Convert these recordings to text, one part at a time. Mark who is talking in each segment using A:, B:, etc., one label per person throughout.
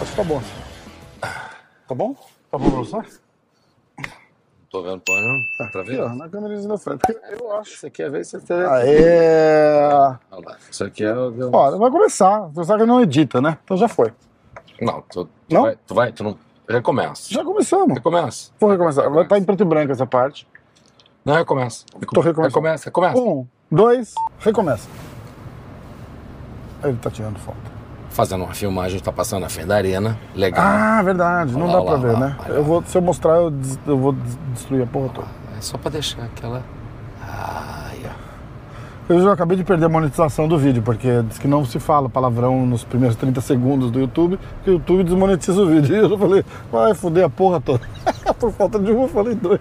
A: Acho que tá bom. Tá bom? Tá bom pra você?
B: Tô vendo porra nenhuma. Tá
A: Aqui,
B: vendo?
A: ó, na câmerazinha da frente. Porque Eu acho.
B: Isso aqui é ver se você vê.
A: Aê!
B: Olha lá. Isso aqui é. o-
A: Ó, vai começar. Você sabe que não edita, né? Então já foi.
B: Não, tu, tu
A: Não?
B: vai. Tu vai, tu não. Recomeça.
A: Já começamos.
B: Recomeça.
A: Vou recomeçar. Vai estar em preto e branco essa parte.
B: Não, recomeça.
A: Tô recomeçando.
B: Recomeça, recomeça.
A: Um, dois, recomeça. Ele tá tirando foto.
B: Fazendo uma filmagem, tá passando na frente da arena. Legal.
A: Ah, verdade. Não
B: Olha
A: dá
B: lá,
A: pra ver,
B: olha lá,
A: né?
B: olha lá.
A: Eu vou, se eu mostrar, eu, des- eu vou des- destruir a porra toda.
B: É só pra deixar aquela. Ai, ó.
A: Eu já acabei de perder a monetização do vídeo, porque diz que não se fala palavrão nos primeiros 30 segundos do YouTube, que o YouTube desmonetiza o vídeo. E eu já falei, vai foder a porra toda. Por falta de um, eu falei dois.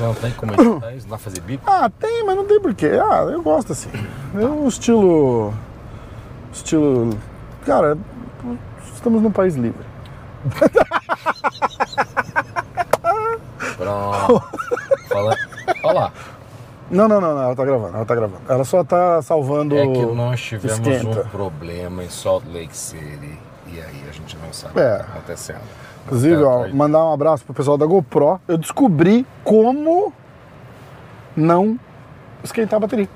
B: Não tem como editar isso, não dá pra fazer bip.
A: Ah, tem, mas não tem porquê. Ah, eu gosto assim. É um estilo. Estilo. Cara, estamos num país livre.
B: Pronto. Fala... Olha lá.
A: Não, não, não, não, ela tá gravando, ela tá gravando. Ela só tá salvando.
B: É que nós tivemos
A: esquenta.
B: um problema em Salt Lake City. E aí a gente não sabe
A: É.
B: o que tá acontecendo.
A: Inclusive, ó,
B: Até-
A: mandar um abraço pro pessoal da GoPro. Eu descobri como não esquentar a bateria.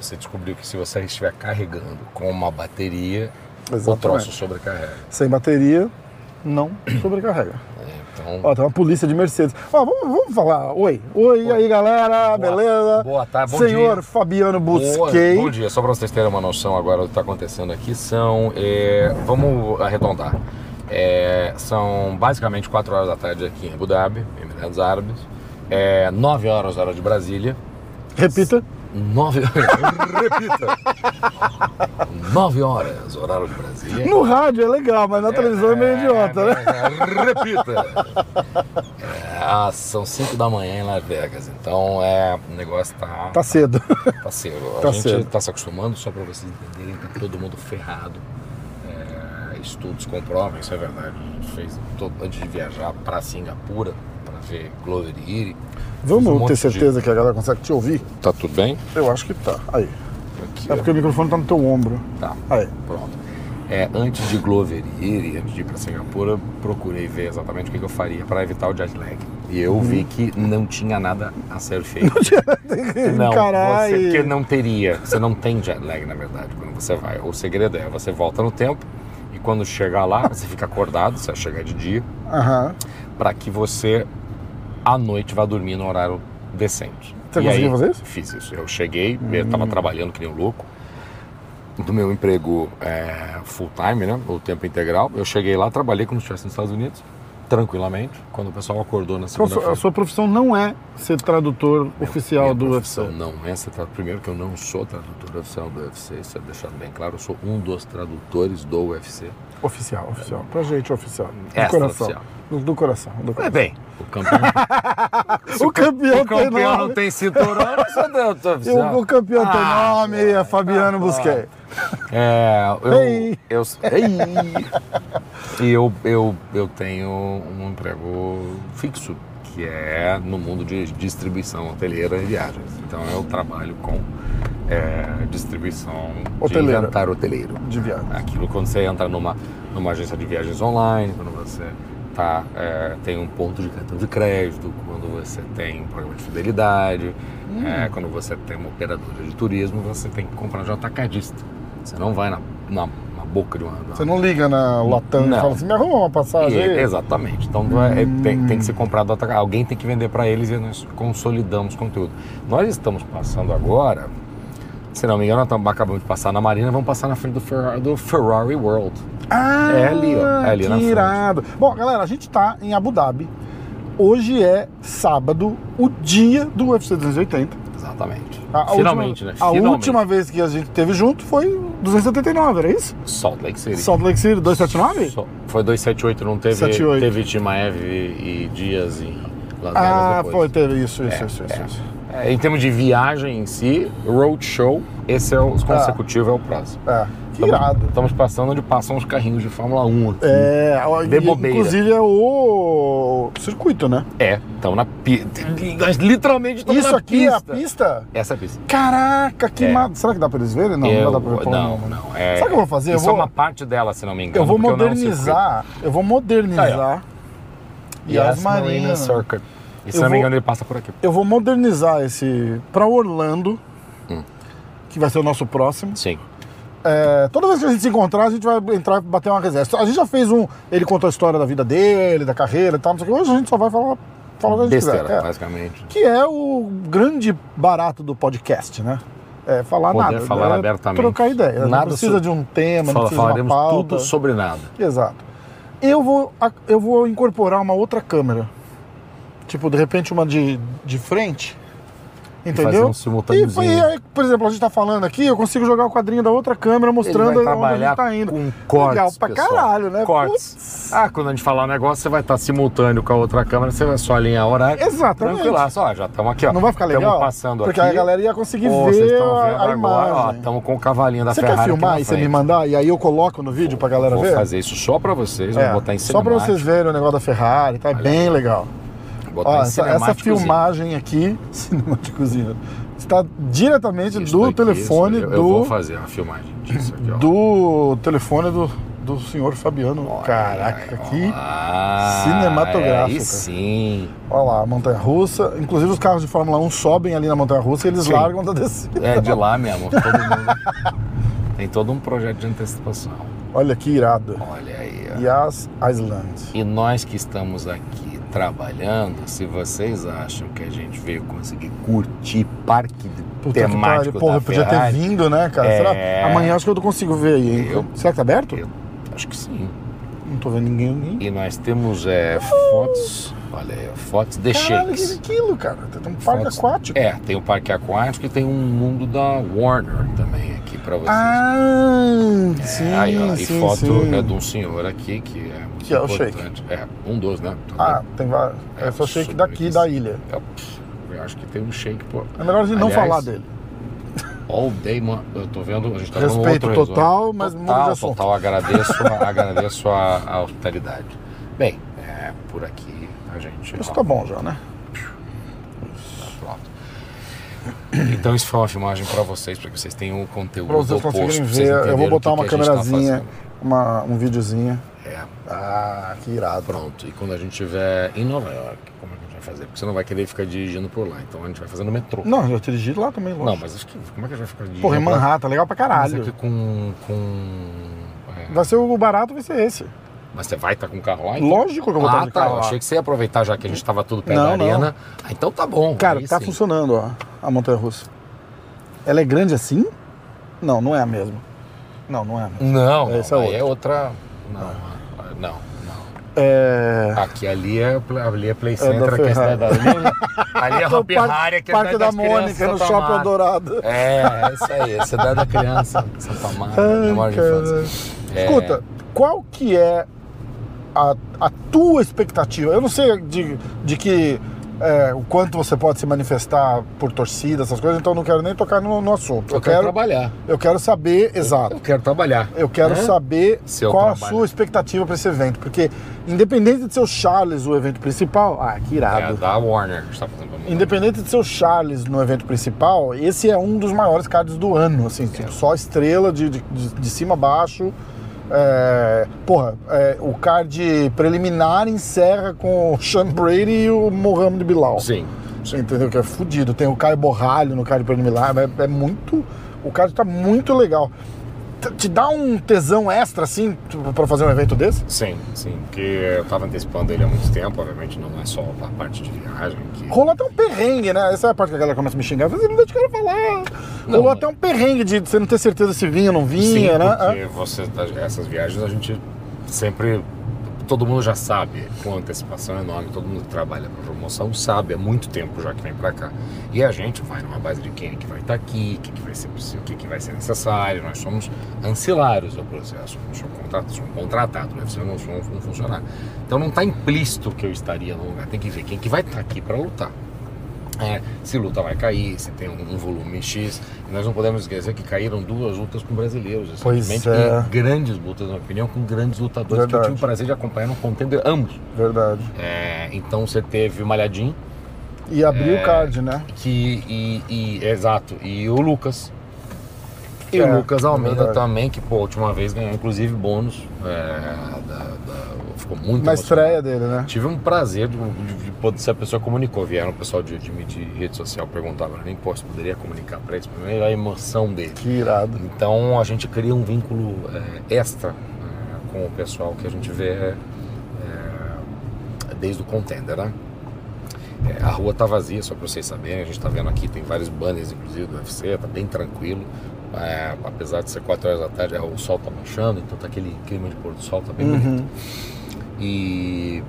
B: Você descobriu que se você estiver carregando com uma bateria, o
A: Exatamente.
B: troço sobrecarrega.
A: Sem bateria, não sobrecarrega.
B: né? Então,
A: Ó, tem uma polícia de Mercedes. Ó, vamos, vamos falar. Oi. Oi, e aí, galera? beleza?
B: boa tarde, bom
A: Senhor
B: dia.
A: Fabiano
B: boa-
A: Busquei.
B: bom dia. Só para vocês terem uma noção agora do que está acontecendo aqui, são. é, vamos arredondar. É, são basicamente 4 horas da tarde aqui em Abu Dhabi, Emirados Árabes. É, 9 horas, hora de Brasília.
A: Repita.
B: 9 Repita! 9 horas, horário de Brasília.
A: No rádio é legal, mas na televisão é meio idiota, né?
B: né? Repita! É, ah, são 5 da manhã em Las Vegas, então é, o negócio tá,
A: Tá cedo.
B: tá cedo. A
A: tá
B: gente
A: cedo.
B: tá se acostumando, só pra vocês entenderem, tá todo mundo ferrado. É, estudos comprovam, isso é verdade. A gente fez, todo- antes de viajar pra Singapura, pra ver Glover e Iri. um
A: Vamos
B: monte
A: ter
B: de-
A: certeza que a galera consegue te ouvir?
B: Tá tudo bem?
A: Eu acho que tá. Aí.
B: Aqui,
A: É porque o microfone tá no teu ombro.
B: Tá.
A: Aí.
B: Pronto. É, antes de Glover ir, e antes de ir para Singapura, procurei ver exatamente o que, que eu faria para evitar o jet lag. E eu vi que não tinha nada a ser feito. Não,
A: Caralho.
B: você porque não teria. Você não tem jet lag, na verdade, quando você vai. O segredo é, você volta no tempo e quando chegar lá, você fica acordado, você vai chegar de dia,
A: Aham.
B: para que você, à noite, vá dormir no horário decente.
A: Você
B: E
A: conseguiu
B: aí,
A: fazer isso? Hum.
B: Fiz isso. Eu cheguei, eu tava trabalhando que nem um louco, do meu emprego é, full-time, né, o tempo integral. Eu cheguei lá, trabalhei como se estivesse nos Estados Unidos, tranquilamente, quando o pessoal acordou
A: Então,
B: na
A: a sua-
B: segunda-feira.
A: a sua profissão não é ser tradutor oficial
B: Minha
A: do UFC.
B: profissão Não, essa tá, primeiro que eu não sou tradutor oficial do UFC, isso é deixado bem claro, eu sou um dos tradutores do UFC.
A: Oficial, oficial. Pra gente, oficial.
B: Extra
A: Do coração.
B: oficial.
A: Do, do coração. do coração.
B: bem, o campeão,
A: O campeão,
B: o campeão
A: tem
B: não
A: nome.
B: tem cinturão, eu não sou
A: E
B: tradutor
A: o-
B: oficial.
A: O campeão tem
B: Ah,
A: nome, é Fabiano
B: tá
A: Busquet.
B: É, eu.
A: Ei.
B: eu ei. e eu, eu, eu tenho um emprego fixo, que é no mundo de distribuição hoteleira e viagens. Então eu trabalho com é, distribuição de
A: Hoteleira.
B: inventário hoteleiro.
A: De viagem.
B: Aquilo quando você entra numa, numa agência de viagens online, quando você tá, é, tem um ponto de cartão de crédito, quando você tem um programa de fidelidade, é, quando você tem uma operadora de turismo, você tem que comprar de um atacadista. Você não vai na, na, na boca de uma. da-
A: Você não liga na Latam e
B: Não.
A: fala assim, me arruma uma
B: E-
A: passagem aí.
B: exatamente. Então é- é- tem, tem que ser comprado atacado. Alguém tem que vender para eles e nós consolidamos conteúdo. Nós estamos passando agora, se não me engano, nós tamo- acabamos de passar na Marina, vamos passar na frente do Ferrari, do Ferrari World.
A: Ah,
B: É ali, ó. É ali na
A: que
B: frente.
A: irado. Bom, galera, a gente tá em Abu Dhabi. Hoje é sábado, o dia do UFC 280.
B: Exatamente.
A: tá? A- a
B: Finalmente,
A: última, A
B: né? Finalmente.
A: última vez que a gente teve junto foi 279, era isso?
B: Salt Lake City.
A: Salt Lake City é 279?
B: Só- Foi 278, não teve,
A: 78.
B: teve Timaev e, e Dias em Las Vegas
A: Ah,
B: é, depois.
A: foi, teve isso, isso, isso, isso,
B: é.
A: isso.
B: É, em termos de viagem em si, roadshow, esse é o consecutivo, é o próximo.
A: É, que
B: Tamo-
A: Tá. irado.
B: Estamos um passando onde passam os carrinhos de Fórmula 1 aqui.
A: É, ó,
B: De
A: e,
B: bobeira.
A: inclusive é o. Se circuito, né?
B: É, estamos na pista. Nós literalmente estamos
A: Isso
B: na
A: aqui é a
B: pista.
A: pista?
B: Essa é a pista.
A: Caraca, que
B: É.
A: ma- Será que dá pra eles verem? Não,
B: Eu-
A: não dá pra ver porra
B: Não,
A: nenhuma, né?
B: não. É,
A: Sabe o que eu vou fazer? Eu
B: Isso
A: vou-
B: é uma parte dela, se não me engano.
A: Eu vou
B: porque não
A: modernizar. Eu vou modernizar.
B: circuito.
A: E as marinas.
B: Circuit. E se
A: Eu
B: não me
A: vou-
B: engano, ele passa por aqui.
A: Eu vou modernizar esse pra Orlando, Hum. que vai ser o nosso próximo.
B: Sim.
A: É, toda vez que a gente se encontrar, a gente vai entrar e bater uma reserva. A gente já fez um. Ele contou a história da vida dele, da carreira e tal, não sei o que. Hoje a gente só vai falar, falar o que a gente
B: Besteira,
A: quiser. É.
B: basicamente.
A: Que é o grande barato do podcast, né? É falar
B: Poder
A: nada.
B: falar
A: é
B: abertamente.
A: Trocar ideia. não
B: Nada
A: precisa
B: so-
A: de um tema, não
B: Fala,
A: precisa de uma
B: falaremos
A: pauta.
B: tudo sobre nada.
A: Exato. Eu vou, a- eu vou incorporar uma outra câmera. Tipo, de repente, uma de, de frente. Entendeu?
B: fazer um simultaneozinho.
A: E, e aí, por exemplo, a gente tá falando aqui, eu consigo jogar o quadrinho da outra câmera mostrando
B: Ele vai
A: onde a
B: trabalhar
A: gente tá indo.
B: com um cortes,
A: Legal pra
B: pessoal.
A: caralho, né?
B: Cortes. Ah, quando a gente falar um negócio, você vai estar simultâneo com a outra câmera, você vai só alinhar o horário.
A: Exatamente.
B: Tranquilaço, ó, já estamos aqui, ó.
A: Não vai ficar legal?
B: Estamos passando
A: Porque
B: aqui.
A: aí a galera ia conseguir
B: Ó,
A: ver
B: vocês tão
A: a-
B: vendo
A: a,
B: agora, ó,
A: imagem.
B: estamos com o cavalinho da
A: Você
B: Ferrari
A: quer filmar
B: aqui
A: e
B: na
A: você me
B: frente.
A: mandar? E aí eu coloco no vídeo pra galera
B: Vou
A: ver?
B: fazer isso só pra vocês,
A: É,
B: vou botar em
A: só pra
B: cinemático.
A: vocês verem o negócio da Ferrari, tá? É bem legal.
B: Botar
A: Ó,
B: tá em
A: Ah, essa, essa
B: cinemáticozinho.
A: filmagem aqui, cinemáticozinho, está diretamente
B: Isso
A: do
B: daqui,
A: telefone
B: isso, eu,
A: do,
B: Eu vou fazer uma filmagem disso aqui, ó.
A: do telefone do, do senhor Fabiano.
B: Olha,
A: Caraca, que.
B: olha,
A: cinematográfico.
B: Ah, Aí sim.
A: Olha lá, a Montanha Russa. Inclusive os carros de Fórmula 1 sobem ali na Montanha Russa e eles
B: Sim.
A: largam da descida.
B: É de lá mesmo. Todo mundo... Tem todo um projeto de antecipação.
A: Olha que irado.
B: Olha aí, ó.
A: Yas Island.
B: E nós que estamos aqui trabalhando, se vocês acham que a gente veio conseguir curtir parque de
A: Puta que
B: temático
A: pariu. Porra, eu
B: da
A: podia ter
B: Ferrari,
A: vindo, né, cara?
B: É.
A: Será? Amanhã acho que eu não consigo ver aí, hein?
B: Eu-
A: Será que tá aberto?
B: Eu- acho que sim.
A: Não tô vendo ninguém. ninguém.
B: E nós temos é, fotos, olha aí, ó, fotos de
A: Caralho, que é
B: shakes.
A: aquilo, cara. Tem um parque
B: Fotos-
A: aquático.
B: É, tem o parque aquático e tem um mundo da Warner também aqui pra vocês.
A: Ah, sim,
B: É, aí, ó, e
A: sim,
B: foto
A: sim.
B: é de um senhor aqui que é muito
A: Que é o
B: importante. É, um dos, né?
A: Ah, tem vários.
B: É,
A: Eu só achei que
B: super
A: daqui
B: isso.
A: da ilha.
B: Eu, eu acho que tem um shake, pô.
A: É melhor a gente não
B: Aliás,
A: falar dele.
B: All day, mano. Eu tô vendo, a gente tá num
A: Respeito
B: outro
A: total,
B: resort.
A: mas muda de
B: total,
A: assunto.
B: total, agradeço, a- agradeço a, a hospitalidade. Bem, é, por aqui a gente.
A: Isso
B: ó,
A: tá bom já, né?
B: tá pronto. Então isso foi uma filmagem pra vocês, pra que vocês tenham o conteúdo
A: Pra vocês
B: do posto,
A: conseguirem ver,
B: pra vocês
A: eu vou
B: entenderem
A: botar
B: o que
A: uma
B: que a gente tá
A: câmerazinha, uma, um videozinho.
B: fazendo. É,
A: Ah, que irado.
B: pronto. E quando a gente estiver em Nova York, como é que a gente vai fazer? Porque você não vai querer ficar dirigindo por lá, então a gente vai fazer no metrô.
A: Não, eu dirigi lá também,
B: Não,
A: lógico.
B: mas acho que, como é que a gente vai ficar dirigindo?
A: Porra, em
B: pra-
A: Manhattan, legal pra
B: Mas é
A: caralho.
B: aqui com. com é,
A: Vai ser o barato, vai ser esse.
B: Mas você vai estar com o carro lá? então?
A: Lógico que eu vou estar
B: Ah,
A: de
B: tá.
A: carro
B: Eu
A: lá.
B: achei que você ia aproveitar já que a gente estava tudo perto
A: Não,
B: da
A: não.
B: arena. Ah, então tá bom.
A: Cara,
B: Aí
A: tá
B: sim.
A: funcionando, ó, a montanha russa. Ela é grande assim? Não, não é a mesma. Não, não é a mesma.
B: Não,
A: Essa é
B: não, aí é outra. Não, ah, não, não.
A: É.
B: Aqui ali é, pla- ali é Play
A: da
B: Center, aqui é
A: Ferrari.
B: cidade da Arena. Ali é Hopi Hari, que é
A: Parque
B: cidade
A: da
B: das crianças,
A: Mônica, no
B: Santa
A: Shopping
B: Marta.
A: Eldorado.
B: É, é isso aí, é cidade da criança, Santa Marta,
A: Ai,
B: memória de
A: caralho.
B: infância. É,
A: Escuta, qual que é a, a tua expectativa? Eu não sei de, de que é, o quanto você pode se manifestar por torcida, essas coisas, então eu não quero nem tocar no, no assunto.
B: eu quero, trabalhar.
A: eu quero saber, exato.
B: Eu quero trabalhar.
A: Eu quero
B: Né?
A: saber
B: Seu
A: qual a
B: trabalho.
A: sua expectativa para esse evento, porque independente de ser o Charles o evento principal, ah, que
B: É a
A: irado.
B: da Warner que está fazendo pra mim.
A: Independente de ser o Charles no evento principal, esse é um dos maiores cards do ano, assim, tipo, só estrela de, de, de- de cima a baixo. É, porra, é, o card preliminar encerra com o Sean Brady e o Mohamed Bilal.
B: Sim, sim.
A: Entendeu? Que é fudido. Tem o Caio Borralho no card preliminar. É, é muito. O card tá muito legal. T- te dá um tesão extra, assim, tipo, pra fazer um evento desse?
B: Sim, sim, porque eu tava antecipando ele há muito tempo, obviamente não é só a parte de viagem que.
A: Rolou até um perrengue, né? Essa é a parte que a galera começa a me xingar. Você não deixa o cara falar.
B: Não,
A: Rolou
B: mas-
A: até um perrengue de você não ter certeza se vinha ou não vinha,
B: Sim,
A: né?
B: porque você, tá- essas viagens a gente sempre. Todo mundo já sabe, com antecipação enorme, todo mundo que trabalha com promoção sabe há muito tempo já que vem pra cá. E a gente vai numa base de quem é que vai estar aqui, o que, que vai ser possível, o que, que vai ser necessário. Nós somos ancilários ao processo, eu não sou contratado, sou um contratado, né? eu não sou um um tá funcionário. Então não está implícito que eu estaria no lugar, tem que ver quem que vai estar aqui para tá lutar. é, se luta vai cair, se tem um, um volume X. E nós não podemos esquecer que caíram duas lutas com brasileiros.
A: Pois
B: recentemente,
A: é.
B: E grandes lutas, na minha opinião, com grandes lutadores que eu
A: Verdade.
B: tive o prazer de acompanhar no contender, ambos.
A: Verdade.
B: É, então você teve o Malhadinho,
A: E abriu
B: É.
A: o card, né?
B: que, e, e- exato, e o Lucas. E
A: É,
B: o Lucas Almeida
A: verdade.
B: também, que pô, a última vez ganhou inclusive bônus. é, da- da- ficou muito
A: Na
B: emocionante.
A: estreia dele, né?
B: Tive um prazer de, de, de poder se a pessoa comunicou. Vieram o pessoal de, de, de rede social perguntar, mas nem posso, poderia comunicar para eles, primeiro a emoção dele.
A: Que irado.
B: Então a gente cria um vínculo é, extra é, com o pessoal que a gente vê é, é, desde o contender, né? É, a rua tá vazia, só para vocês saberem, a gente tá vendo aqui, tem vários banners inclusive do UFC, tá bem tranquilo. É, apesar de ser 4 horas da tarde, é, o sol tá baixando, então tá aquele clima de pôr do sol, tá bem bonito.
A: Uhum.
B: E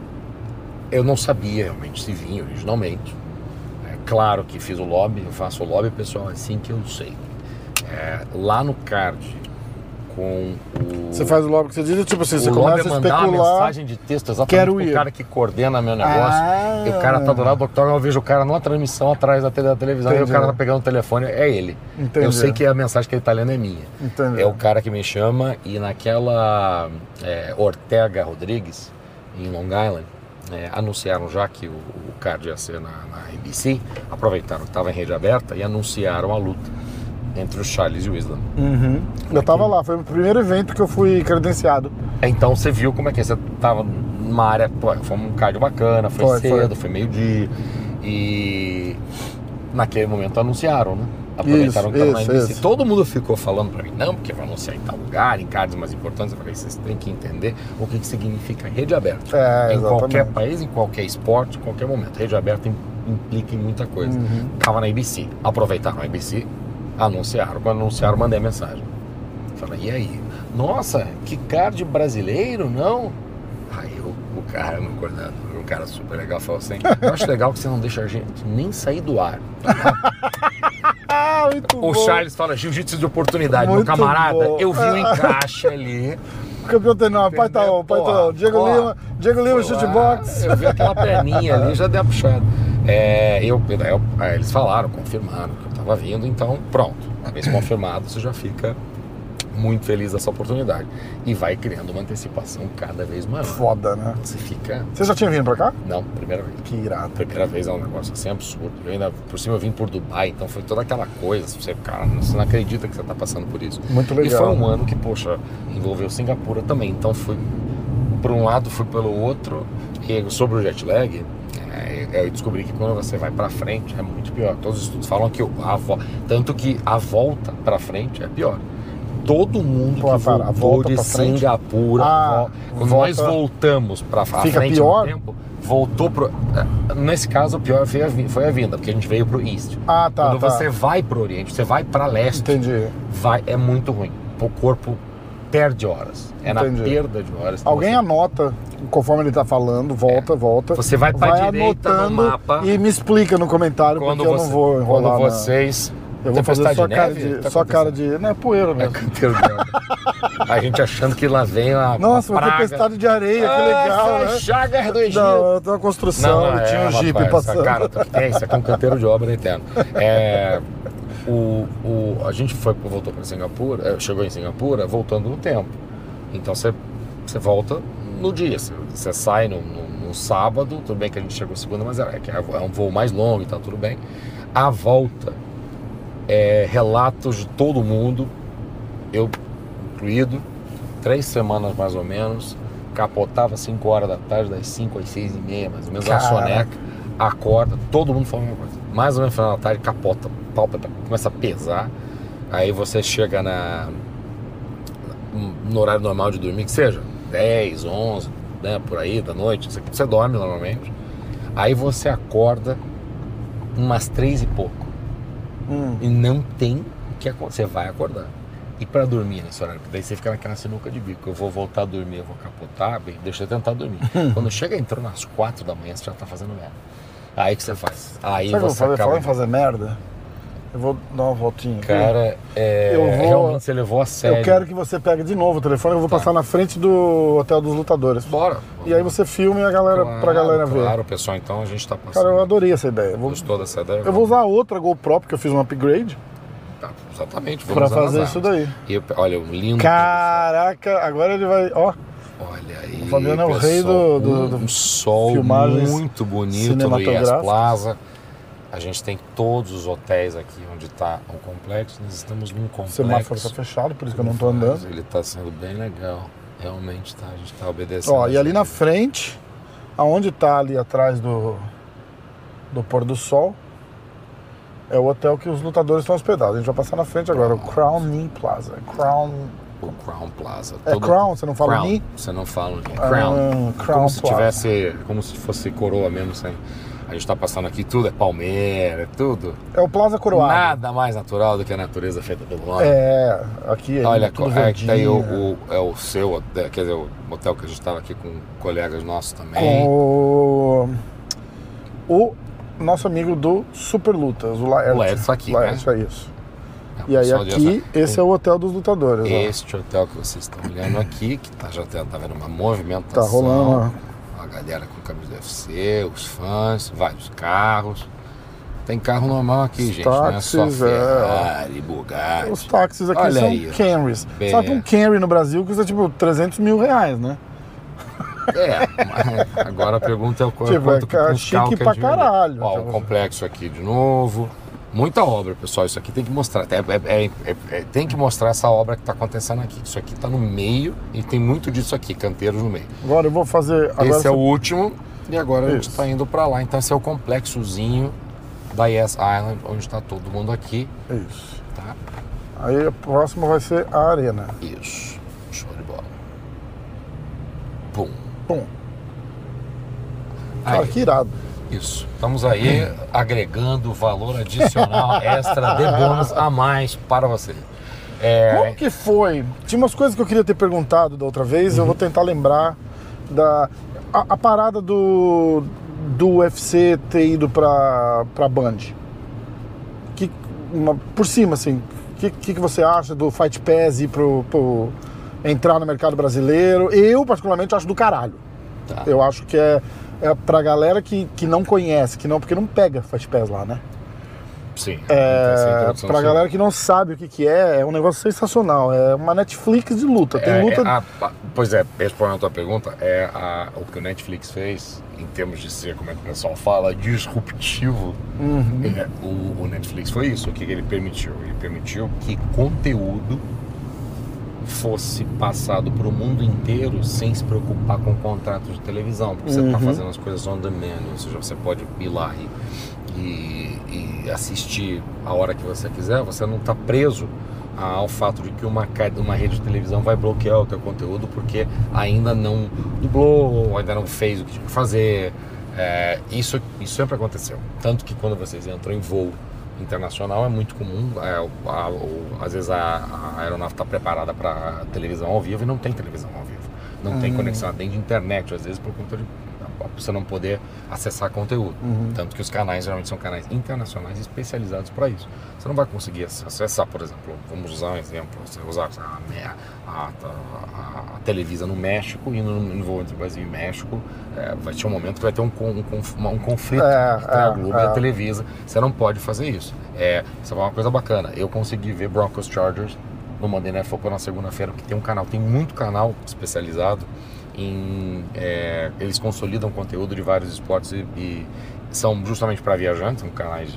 B: eu não sabia realmente se vinha originalmente. É claro que fiz o lobby, eu faço o lobby pessoal assim que eu sei. É, lá no card com o.
A: Você faz o lobby que você diz, tipo assim, você
B: o lobby
A: começa
B: é
A: a
B: mandar uma
A: especular.
B: mensagem de texto exatamente
A: Quero
B: pro
A: ir.
B: cara que coordena meu negócio.
A: Ah.
B: E o cara tá do lado do octógono, eu vejo o cara numa transmissão atrás da, tele- da televisão e
A: Entendi.
B: o cara tá pegando o telefone, é ele.
A: Entendi.
B: Eu sei que a mensagem que ele tá lendo é minha.
A: Entendi.
B: É o cara que me chama e naquela é, Ortega Rodrigues, em Long Island, é, anunciaram já que o, o card ia ser na, na NBC, aproveitaram que estava em rede aberta e anunciaram a luta entre o Charles e o Islam.
A: Uhum. Eu tava lá, foi o primeiro evento que eu fui credenciado.
B: Então você viu como é que é, você tava numa área, pô, foi um card bacana, foi,
A: Foi, foi.
B: cedo, foi, meio-dia e naquele momento anunciaram, né? Aproveitaram
A: Isso,
B: que tava na
A: isso,
B: NBC.
A: isso.
B: Todo mundo ficou falando pra mim, não, porque vai anunciar em tal lugar, em cards mais importantes. Eu falei, vocês têm que entender o que, que significa rede aberta.
A: É,
B: em qualquer
A: exatamente.
B: país, em qualquer esporte, em qualquer momento. Rede aberta im- implica em muita coisa.
A: Uhum.
B: Tava na ABC, aproveitaram a ABC, anunciaram. Quando anunciaram, mandei a mensagem. Falei, e aí? Nossa, que card brasileiro, não? Aí o, o cara, meu coordenador, um cara super legal, falou assim: Eu acho legal que você não deixa a gente nem sair do ar.
A: Ah, muito
B: O
A: bom.
B: Charles fala: Jiu-jitsu de oportunidade,
A: Muito
B: meu camarada.
A: bom.
B: Eu vi o encaixe ali.
A: O campeão tem não,
B: Entendeu?
A: Paitão, Paitão.
B: Porra,
A: tá, Diego
B: porra.
A: Lima, Diego Lima,
B: Foi
A: chute
B: lá,
A: box.
B: Eu vi aquela perninha ali, já dei a puxada. É, eu, daí eu- aí eles falaram, confirmaram que eu tava vindo, então pronto. Uma vez confirmado, você já fica muito feliz dessa oportunidade. E vai criando uma antecipação cada vez maior.
A: Foda, né?
B: Você fica.
A: Você já tinha vindo pra cá?
B: Não, primeira vez.
A: Que irado.
B: Primeira vez é um negócio assim absurdo. Eu ainda, por cima eu vim por Dubai, então foi toda aquela coisa. Você, cara, você não acredita que você tá passando por isso.
A: Muito legal. né?
B: E foi um ano que, poxa, envolveu Singapura também. Então fui por um lado, fui pelo outro. E sobre o jet lag, é, eu descobri que quando você vai pra frente é muito pior. Todos os estudos falam que o- a, vo- tanto que a volta pra frente é pior. Todo mundo
A: Pô,
B: que
A: pera, a
B: voltou
A: volta
B: de
A: pra frente?
B: Singapura,
A: Ah,
B: vo- quando nós
A: volta-
B: voltamos pra frente
A: Fica
B: no
A: pior?
B: tempo, voltou pro. eh, Nesse caso, o pior foi a, vi- foi a vinda, porque a gente veio pro East.
A: Ah, tá,
B: Quando
A: tá.
B: você vai pro Oriente, você vai pra leste,
A: Entendi.
B: vai, é muito ruim. O corpo perde horas. É
A: Entendi.
B: na perda de horas. Então, assim, que
A: Alguém
B: você- É.
A: anota, conforme ele tá falando, volta, volta.
B: Você vai pra direita no
A: anotando
B: mapa.
A: E me explica no comentário,
B: quando
A: porque eu
B: você,
A: não vou enrolar.
B: quando
A: na-
B: vocês.
A: Eu vou fazer
B: Tempestade
A: só cara
B: neve?
A: de.
B: Tá
A: só cara de. Não, é poeira
B: É
A: mesmo.
B: canteiro de obra. A gente achando que lá vem a.
A: Nossa,
B: a
A: uma
B: praga. Ah,
A: tempestade de areia, que legal,
B: Essa é
A: né?
B: chagas do Egito.
A: Não, eu tô na construção, eu tinha um
B: é, rapaz,
A: jipe
B: essa
A: passando.
B: Cara, tá- é, isso aqui é um canteiro de obra eterno. É, o, o, a gente foi, voltou para Singapura, eh, chegou em Singapura voltando no tempo. Então você, você volta no dia, você, você sai no, no- no sábado, tudo bem que a gente chegou segunda, mas é, que é um voo mais longo e tá tudo bem. A volta, é, relatos de todo mundo, eu incluído, três semanas mais ou menos, capotava 5 horas da tarde, das 5 às 6 e meia, mais ou menos, uma
A: Caraca.
B: soneca, acorda, todo mundo fala a mesma coisa. Mais ou menos no final da tarde, capota, pálpebra começa a pesar, aí você chega na, no horário normal de dormir, que seja 10, 11, né, por aí da noite, você, você dorme normalmente, aí você acorda umas três e pouco
A: Hum.
B: e não tem o que acontecer. Você vai acordar. E pra dormir nesse horário, porque daí você fica naquela sinuca de bico. Eu vou voltar a dormir, eu vou capotar, bem, deixa eu tentar dormir. Quando chega entrando às quatro da manhã, você já tá fazendo merda. Aí que você faz? Aí
A: Sabe o que eu
B: você
A: falei?
B: acaba.
A: Falar em fazer merda? Eu vou dar uma voltinha. aqui.
B: Cara, é,
A: Eu vou-
B: realmente você levou a sério. Tá.
A: eu quero que você pegue de novo o telefone, eu vou passar na frente do Hotel dos Lutadores.
B: Bora.
A: E aí você filma e a galera, pra galera ver.
B: Claro, pessoal, então a gente tá passando.
A: Cara, eu adorei essa ideia. Eu vou,
B: Gostou dessa ideia?
A: eu vou usar outra GoPro, porque eu fiz um upgrade,
B: Tá, exatamente.
A: pra
B: vamos
A: fazer
B: arrasar.
A: isso daí.
B: E eu- olha, um lindo.
A: Caraca, agora ele vai. Ó,
B: Olha aí.
A: O Fabiano é o rei
B: pessoal,
A: do- do- do-
B: um sol
A: filmagens
B: muito bonito no IES
A: cinematográficas.
B: Plaza. A gente tem todos os hotéis aqui onde está o complexo. Nós estamos num
A: o
B: complexo.
A: semáforo tá fechado, por isso que eu não tô andando.
B: Ele está sendo bem legal. Realmente tá, a gente está obedecendo.
A: Ó, e ali na
B: as-
A: frente, aonde tá ali atrás do, do pôr do sol, é o hotel que os lutadores estão hospedados. A gente vai passar na frente agora, o Crown Knee Plaza. Crown.
B: o Crown Plaza.
A: É Crown? Você não fala
B: Crown.
A: Knee?
B: Você não fala Ni. Crown.
A: Ah,
B: É
A: Crown
B: como se
A: Plaza.
B: tivesse, como se fosse coroa mesmo, sem. A gente está passando aqui, tudo é palmeira, é tudo.
A: É o Plaza Coroado.
B: Nada mais natural do que a natureza feita pelo homem.
A: É, aqui é
B: Olha,
A: tudo
B: é, que tem o,
A: verdinho.
B: o- é o seu, hotel, quer dizer, o hotel que a gente estava aqui com colegas nossos também.
A: Com o, o nosso amigo do Super Lutas, o Laércio.
B: Laércio tá aqui, né?
A: Laércio, é isso. E aí
B: Pessoal de
A: aqui,
B: essa-
A: esse é o hotel dos lutadores. ó.
B: Este hotel que vocês estão olhando aqui, que tá, já tem- tá vendo uma movimentação.
A: Tá rolando uma-
B: A galera com camisa do UFC, os fãs, vários carros. Tem carro normal aqui, gente. não é só
A: táxis, é.
B: Ferrari, Bugatti.
A: Os táxis aqui
B: Olha
A: são
B: aí, ó.
A: Camrys.
B: Bem,
A: Só que
B: é.
A: um Camry no Brasil custa tipo 300 mil reais, né?
B: É, mas agora a pergunta é o qual-
A: Tipo,
B: quanto
A: é ca-
B: custa o
A: chique
B: carro que
A: pra
B: a gente vendeu.
A: caralho. tipo,
B: Ó, o complexo aqui de novo. Muita obra, pessoal. Isso aqui tem que mostrar. É- é- é- é- é- tem que mostrar essa obra que está acontecendo aqui. Isso aqui está no meio e tem muito disso aqui, canteiros no meio.
A: Agora eu vou fazer. Agora
B: esse é o último e agora a gente
A: Isso.
B: está indo para lá. Então esse é o complexozinho da Yes Island, onde está todo mundo aqui.
A: é Isso.
B: Tá?
A: Aí a próxima vai ser a arena.
B: Isso. Show de bola. Pum.
A: Bom,
B: Aí.
A: cara, que irado.
B: Isso. Estamos aí agregando valor adicional extra de bônus a mais para você. É,
A: Como que foi? Tinha umas coisas que eu queria ter perguntado da outra vez,
B: Uhum.
A: eu vou tentar lembrar da. A, a parada do. do UFC ter ido pra, pra Band. Que, uma- por cima, assim, o que, que, que você acha do Fight Pass ir pro, pro- entrar no mercado brasileiro? Eu, particularmente, acho do caralho.
B: tá.
A: Eu acho que é, é pra galera que, que não conhece, que não, porque não pega Fight Pass lá, né?
B: Sim.
A: É, pra galera que não sabe o que, que é, é um negócio sensacional. É uma Netflix de luta. Tem
B: É,
A: luta.
B: ah, pois é, respondendo a tua pergunta, é a- o que o Netflix fez, em termos de ser, como é que o pessoal fala, disruptivo.
A: Uhum.
B: É, o, o Netflix foi isso. O que, que ele permitiu? Ele permitiu que conteúdo fosse passado para o mundo inteiro sem se preocupar com contratos de televisão, porque você tá está
A: Uhum.
B: fazendo as coisas on demand, ou seja, você pode ir lá e, e- e assistir a hora que você quiser, você não está preso ao fato de que uma, ca- uma rede de televisão vai bloquear o teu conteúdo porque ainda não dublou, ou ainda não fez o que tinha que fazer. É, isso, isso sempre aconteceu. Tanto que quando vocês entram em voo, internacional é muito comum. é, o- a- o- às vezes a, a aeronave está preparada para televisão ao vivo e não tem televisão ao vivo. Não tem conexão até de internet, às vezes por conta de pra você não poder acessar conteúdo. Tanto que os canais geralmente são canais internacionais especializados para isso. Você não vai conseguir ac- acessar, por exemplo, vamos usar um exemplo, você usar a, Me- a, a- a Televisa no México e no, no voo entre Brasil e México, é, vai ter um momento que vai ter um, con- um, conf- uma- um conflito
A: É,
B: entre a
A: é,
B: Globo e a
A: é.
B: Televisa. Você não pode fazer isso. É, isso é uma coisa bacana. Eu consegui ver Broncos Chargers no Monday Night Football na segunda-feira, porque tem um canal, tem muito canal especializado em... é, eles consolidam conteúdo de vários esportes e, e são justamente para viajantes, são canais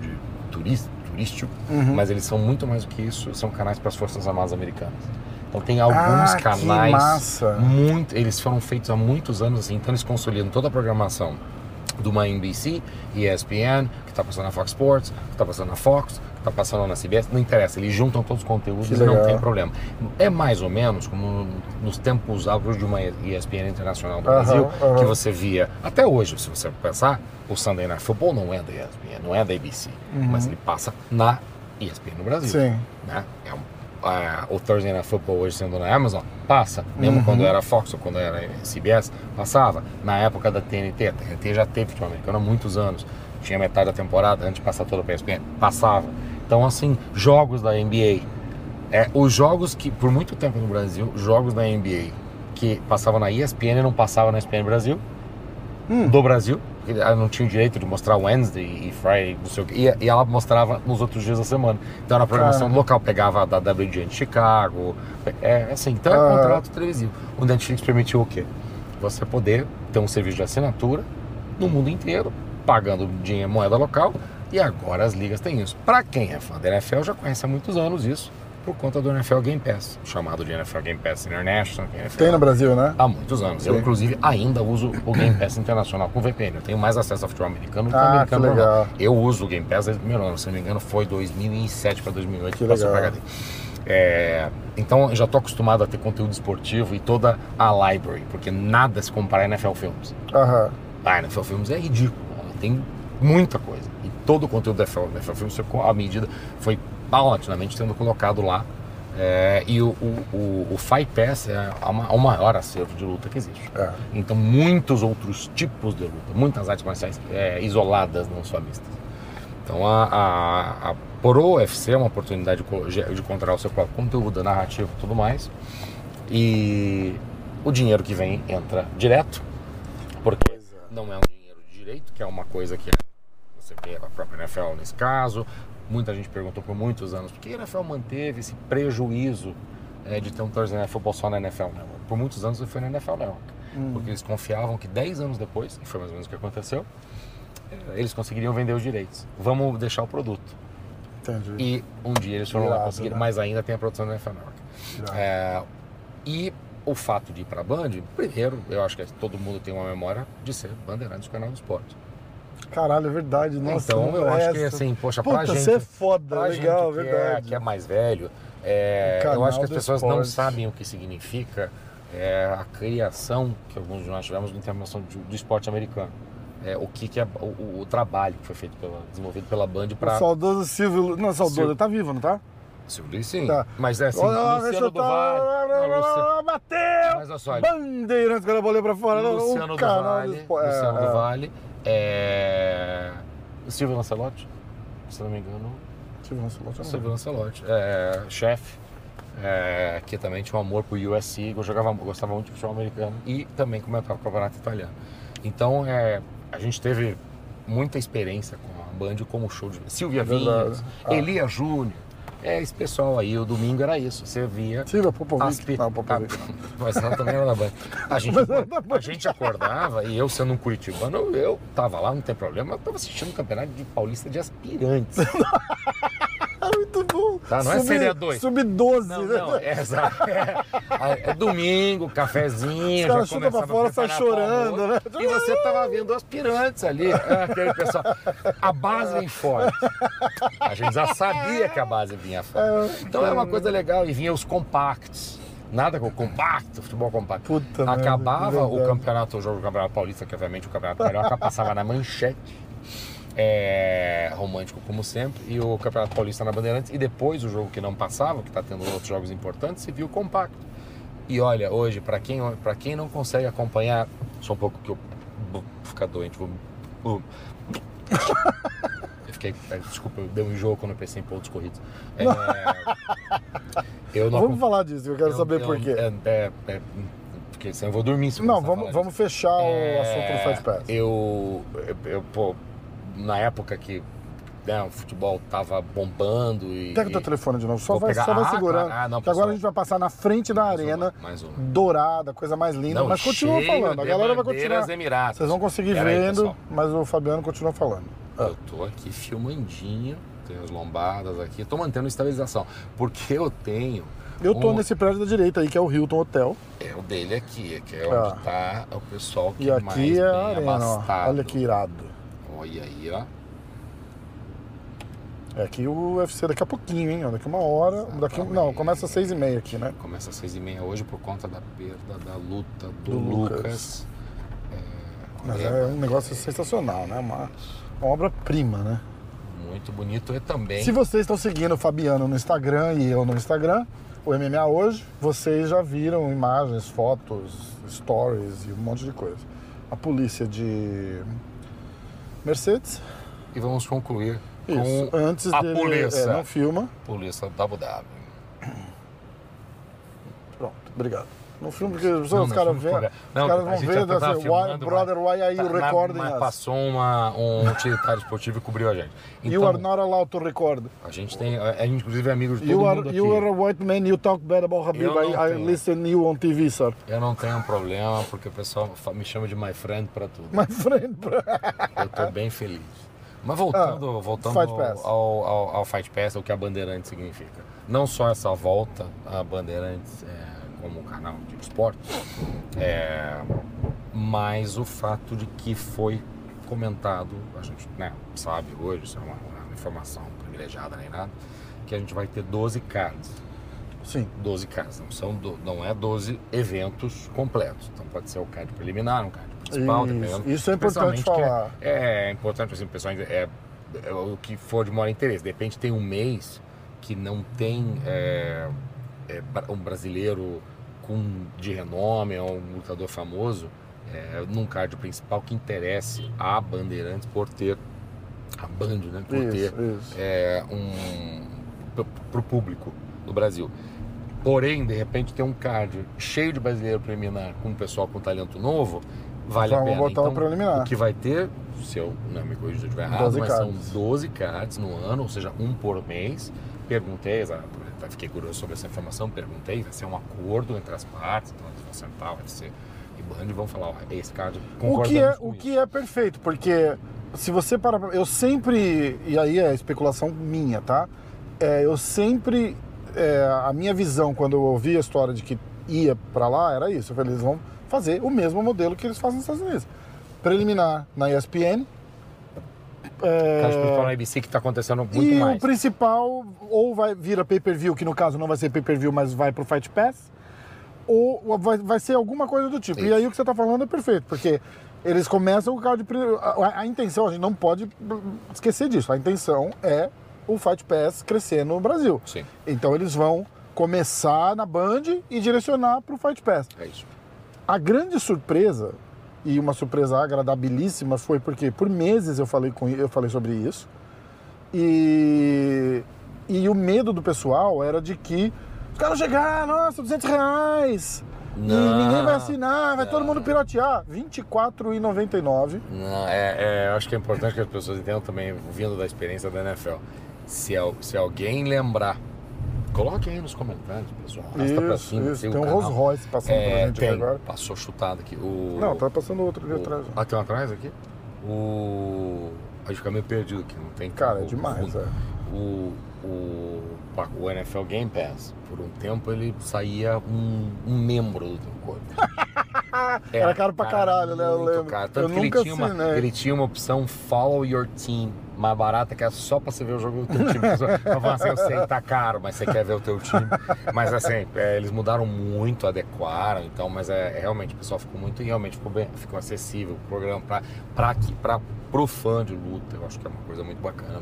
B: de, de turis- turístico,
A: Uhum. Hum.
B: mas eles são muito mais do que isso, são canais para as Forças Armadas Americanas. Então tem alguns
A: Ah, que
B: canais
A: massa.
B: muito, eles foram feitos há muitos anos assim, então eles consolidam toda a programação de uma NBC, ESPN, que está passando na Fox Sports, que está passando na Fox, que está passando na CBS, não interessa, eles juntam todos os conteúdos
A: Que
B: e não
A: legal.
B: tem problema. É mais ou menos como nos tempos áureos de uma ESPN internacional do
A: Aham,
B: Brasil,
A: aham.
B: que você via, até hoje, se você pensar, o Sunday Night Football não é da ESPN, não é da ABC, mas ele passa na ESPN no Brasil
A: Uhum. Sim.
B: né? É um- a- o Thursday Night Football hoje sendo na Amazon, passa, mesmo quando era Fox ou quando era CBS, passava. Na época da TNT, a TNT já teve futebol americano há muitos anos, tinha metade da temporada antes de passar toda para a ESPN, passava. Então, assim, jogos da NBA. É, os jogos que, por muito tempo no Brasil, jogos da NBA que passavam na ESPN e não passavam na ESPN Brasil,
A: Hum.
B: do Brasil, porque ela não tinha o direito de mostrar Wednesday e Friday, não sei o quê, e, e ela mostrava nos outros dias da semana. Então era a programação
A: Cara.
B: local, pegava a da WGN de Chicago, é assim, então é
A: Ah.
B: contrato televisivo. O Netflix permitiu o quê? Você poder ter um serviço de assinatura no mundo inteiro, pagando dinheiro, moeda local, e agora as ligas têm isso. Para quem é fã da NFL, já conhece há muitos anos isso, por conta do NFL Game Pass, chamado de NFL Game Pass International, que é NFL
A: Tem no Brasil, né?
B: há muitos anos. Eu,
A: Sim.
B: inclusive, ainda uso o Game Pass internacional com VPN. Eu tenho mais acesso ao futebol americano do que ao
A: Ah,
B: americano.
A: que
B: normal.
A: legal.
B: Eu uso o Game Pass desde o primeiro ano. Se não me engano, foi 2007 para 2008 que
A: Que
B: passou para
A: legal.
B: HD. É, então, eu já estou acostumado a ter conteúdo esportivo e toda a library, porque nada se compara a NFL Films.
A: Aham.
B: A NFL Films é ridículo. Ela tem muita coisa. E todo o conteúdo da NFL, da NFL Films, você co- à medida, foi paulatinamente sendo colocado lá. É, e o, o, o, o Fight Pass é a ma- o maior acervo de luta que existe.
A: É.
B: Então, muitos outros tipos de luta, muitas artes marciais é, isoladas, não só mistas. Então, a, a, a Pro UFC é uma oportunidade de, co- de encontrar o seu próprio conteúdo, a narrativa e tudo mais. E o dinheiro que vem entra direto, porque não é um dinheiro de direito, que é uma coisa que você vê a própria NFL nesse caso. Muita gente perguntou por muitos anos por que a NFL manteve esse prejuízo eh, de ter um Thursday Night Football só na NFL Network. Por muitos anos foi na NFL Network.
A: Hum.
B: Porque eles confiavam que 10 anos depois, e foi mais ou menos o que aconteceu, eh, eles conseguiriam vender os direitos. Vamos deixar o produto.
A: Entendi.
B: E um dia eles foram lá
A: Irado,
B: conseguir,
A: né? Tá.
B: mas ainda tem a produção da NFL Network.
A: Irado.
B: né? É, e o fato de ir para Band, primeiro, eu acho que todo mundo tem uma memória de ser Bandeirantes Canal do Esporte.
A: Caralho, é verdade. Nossa,
B: então eu
A: não
B: acho
A: é
B: que
A: essa.
B: assim, poxa, pra
A: Puta,
B: gente.
A: você é foda,
B: pra
A: legal,
B: gente que é-
A: verdade.
B: que é mais velho, é,
A: O
B: eu
A: canal
B: acho que as
A: do
B: pessoas não
A: esporte.
B: sabem o que significa é, a criação que alguns de nós tivemos na internação de- do esporte americano. É, o que, que é o- o, o trabalho que foi feito pela, desenvolvido pela Band
A: O
B: para
A: saudoso Silvio. Lu- Não, saudoso,
B: Silvio-
A: ele tá vivo, não tá?
B: Silvio sim.
A: Tá.
B: Mas é assim,
A: Olha lá,
B: Luciano
A: Luciano
B: do Vale. não, Luciano-
A: Bateu!
B: Mas olha só,
A: Bandeirantes, quando a bola ia pra fora.
B: Luciano
A: o
B: do
A: um canal
B: Vale.
A: do esporte. É,
B: Luciano
A: é.
B: do Vale. É, o Silvio Lancelotti, se não me engano.
A: Silvio Lancelotti,
B: O
A: não.
B: Silvio Lancelotti, é, chefe, é, que também tinha um amor por USC, eu jogava, gostava muito de futebol americano e também comentava o campeonato italiano. Então, é, a gente teve muita experiência com a Band como show de... Silvia
A: Verdade.
B: Vinhas,
A: Ah.
B: Elia Júnior, é, esse pessoal aí, o domingo era isso, você via...
A: Silvio
B: As
A: Popovic.
B: pi-
A: Não, Popovic.
B: Ah, Mas ela também era da Band. A gente, a gente acordava e eu sendo um curitibano, eu tava lá, não tem problema, eu tava assistindo o campeonato de paulista de aspirantes.
A: Ah, muito bom.
B: Tá, não é Série A2.
A: Sub-12,
B: Não,
A: né?
B: não, é, exato. É, é domingo, cafezinho,
A: Os
B: já
A: caras chutam pra
B: começava a
A: fora, sai
B: preparar pra
A: chorando, né?
B: almoço. E você tava vendo aspirantes ali, é, aquele pessoal. A base vem forte. A gente já sabia que a base vinha forte. Então é uma coisa legal, e vinha os compactos. Nada com compacto, futebol compacto.
A: Puta merda,
B: Acabava
A: que
B: o
A: verdade.
B: campeonato, o jogo do Campeonato Paulista, que obviamente o Campeonato Carioca passava na manchete. É, romântico como sempre, e o Campeonato Paulista na Bandeirantes, e depois o jogo que não passava, que está tendo outros jogos importantes, se viu compacto. E olha, hoje, para quem, pra quem não consegue acompanhar, só um pouco que eu vou ficar doente, vou. vou- Eu fiquei. é, Desculpa, eu dei um jogo quando eu pensei em pontos corridos. É, eu não
A: Vamos
B: acom-
A: falar disso, eu quero
B: eu-
A: saber
B: eu-
A: por quê.
B: é, é, é, porque senão eu vou dormir. Se eu
A: Não,
B: começar a
A: vamos,
B: falar
A: vamos fechar o
B: é,
A: assunto do Fight Pass.
B: Eu, eu, eu, pô, na época que né, o futebol tava bombando e.
A: Pega o teu
B: e-
A: telefone de novo, só
B: Vou
A: vai,
B: pegar-
A: só vai
B: Ah,
A: segurando.
B: claro. Ah, não,
A: que agora
B: pessoal.
A: a gente vai passar na frente da
B: Mais uma,
A: arena,
B: mais uma.
A: dourada, coisa mais linda.
B: Não,
A: mas continua
B: chega
A: falando, a
B: de
A: galera vai
B: bandeiras
A: continuar.
B: Emiratas.
A: Vocês vão conseguir
B: Pera aí,
A: vendo,
B: pessoal.
A: mas o Fabiano continua falando.
B: Eu tô aqui filmandinho, tenho as lombadas aqui, tô mantendo estabilização, porque eu tenho.
A: Eu tô
B: um-
A: nesse prédio da direita aí, que é o Hilton Hotel.
B: É o dele aqui, que é
A: Tá.
B: onde tá o pessoal que
A: E
B: mais
A: aqui
B: bem
A: é a arena, ó.
B: abastado.
A: Olha que irado.
B: Olha aí, ó.
A: É aqui o UFC daqui a pouquinho, hein? ó, Daqui uma hora. Daqui, um, não,
B: Exatamente.
A: começa às seis e meia aqui, né?
B: Começa às seis e meia hoje por conta da perda da luta do,
A: Do
B: Lucas.
A: Lucas. Mas
B: É,
A: é um negócio sensacional, né? Uma, uma obra-prima, né?
B: Muito bonito e também.
A: Se vocês estão seguindo o Fabiano no Instagram e eu no Instagram, o MMA hoje, vocês já viram imagens, fotos, stories e um monte de coisa. A polícia de Mercedes
B: E vamos concluir
A: Isso. é.
B: com
A: Antes
B: a
A: dele,
B: polícia.
A: é, não filma.
B: Polícia da Abu Dhabi.
A: Pronto, obrigado. Não filma porque as
B: Não,
A: pessoas, os
B: não
A: caras
B: filma
A: vê-
B: porque-
A: os
B: não,
A: caras
B: a
A: vão
B: gente
A: ver,
B: até
A: dá
B: tava
A: assim, why,
B: filmando,
A: brother, why are you
B: Tá, mas-
A: recording
B: mas
A: us?
B: passou uma, um utilitário esportivo e cobriu a gente.
A: You are
B: Então,
A: not allowed to record.
B: a gente tem, a, a gente, inclusive, é amigo de todo
A: You
B: mundo
A: are,
B: aqui.
A: you are a white man, you talk bad about Habib,
B: Eu não
A: I, I
B: tenho.
A: listen you on TV, sir.
B: Eu não tenho um problema, porque o pessoal fa- me chama de my friend pra tudo.
A: My friend, bro.
B: Eu tô bem feliz. Mas voltando, voltando
A: Ah, Fight
B: ao,
A: Pass.
B: ao, ao- ao Fight Pass, o que a Bandeirantes significa. Não só essa volta, a Bandeirantes é, como canal de esporte, é, mas o fato de que foi comentado, a gente né, sabe hoje, isso é uma, uma informação privilegiada nem nada, que a gente vai ter 12 cards.
A: Sim,
B: 12 casas, não, são do- não é 12 eventos completos. Então pode ser o card preliminar, um card principal,
A: Isso,
B: dependendo.
A: isso é importante
B: Especialmente que é-
A: falar.
B: É, importante, assim, o pessoal ainda- é, é o que for de maior interesse. De repente tem um mês que não tem é, é, bra- um brasileiro com, de renome ou um lutador famoso é, num card principal que interesse a Bandeirantes por ter, a Band, né, por ter
A: isso, isso.
B: é, um, para o público do Brasil. Porém, de repente, ter um card cheio de brasileiro preliminar com um pessoal com talento novo, vale
A: Então, Vamos
B: a pena. Então,
A: botar o preliminar.
B: O que vai ter, se eu não me corrijo se eu estiver errado,
A: 12
B: mas
A: cards.
B: são 12 cards no ano, ou seja, um por mês. Perguntei, exa- fiquei curioso sobre essa informação, perguntei, vai ser um acordo entre as partes, então eles vão sentar, vai ser e Band vão falar, ó, esse card
A: O que, é,
B: concordamos com
A: o
B: isso.
A: que é perfeito, porque se você para. pra- Eu sempre. E aí é especulação minha, tá? É, eu sempre. é, a minha visão quando eu ouvi a história de que ia pra lá era isso. Eu falei, eles vão fazer o mesmo modelo que eles fazem nos Estados Unidos: preliminar na ESPN. é,
B: Card principal na ABC que está acontecendo muito
A: e
B: mais.
A: o principal, ou vai vira pay-per-view, que no caso não vai ser pay-per-view, mas vai pro Fight Pass, ou vai, vai ser alguma coisa do tipo. E
B: Isso.
A: aí o que você tá falando é perfeito, porque eles começam o card. pri- A, a intenção, a gente não pode esquecer disso. A intenção é o Fight Pass crescer no Brasil.
B: Sim,
A: Então eles vão começar na Band e direcionar pro Fight Pass.
B: é isso.
A: A grande surpresa, e uma surpresa agradabilíssima, foi porque por meses eu falei, com, eu falei sobre isso. E, e o medo do pessoal era de que os caras chegar, nossa, 200 reais.
B: Não.
A: E ninguém vai assinar, vai todo
B: Não.
A: mundo piratear. R$24,99.
B: Não, é, é, eu acho que é importante que as pessoas entendam também, vindo da experiência da NFL. Se, al- se alguém lembrar, coloque aí nos comentários, pessoal. Arrasta pra
A: Isso,
B: cima,
A: isso. Tem
B: siga tá o
A: um
B: canal.
A: Rolls Royce passando
B: É,
A: pra gente
B: tem.
A: aqui agora.
B: Passou chutado aqui. O,
A: Não, tá passando outro ali
B: o-
A: atrás. ó.
B: Ah, tem um atrás aqui? O. A gente fica meio perdido aqui, não tem
A: Cara, é
B: o-
A: demais,
B: o,
A: é.
B: o, o, o NFL Game Pass, por um tempo ele saía um, um membro do teu corpo.
A: Era caro pra caralho, né? Eu
B: muito
A: lembro.
B: caro. Tanto
A: Eu
B: que
A: nunca né?
B: ele tinha, uma,
A: assinei.
B: ele tinha uma opção Follow Your Team, mais barata, que é só pra você ver o jogo do teu time. Pra falar assim, eu sei, tá caro, mas você quer ver o teu time. Mas assim, é, eles mudaram muito, adequaram, então, mas é, é realmente, o pessoal ficou muito, e realmente ficou, bem, ficou acessível o programa pra, pra, que- pra, pro fã de luta. Eu acho que é uma coisa muito bacana.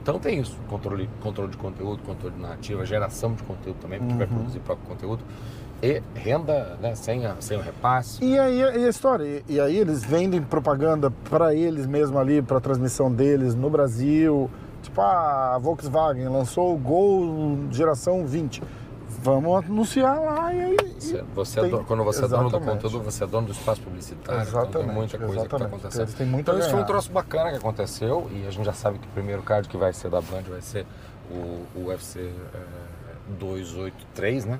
B: Então tem isso, controle, controle de conteúdo, controle de narrativa, geração de conteúdo também, porque
A: Uhum.
B: vai produzir próprio conteúdo. E renda, né, sem, a- sem o repasse.
A: E aí e a história, e- e aí eles vendem propaganda pra eles mesmo ali, pra transmissão deles no Brasil. Tipo, ah, a Volkswagen lançou o Gol geração 20. Vamos anunciar lá e aí.
B: Você, você é
A: Tem-
B: dono- quando você é dono do
A: exatamente.
B: conteúdo, você é dono do espaço publicitário. Então tem
A: Exatamente,
B: muita coisa
A: exatamente.
B: que está acontecendo.
A: Eles têm muito a
B: então isso foi um
A: ganhar.
B: troço bacana que aconteceu e a gente já sabe que o primeiro card que vai ser da Band vai ser o, o UFC é, 283, né?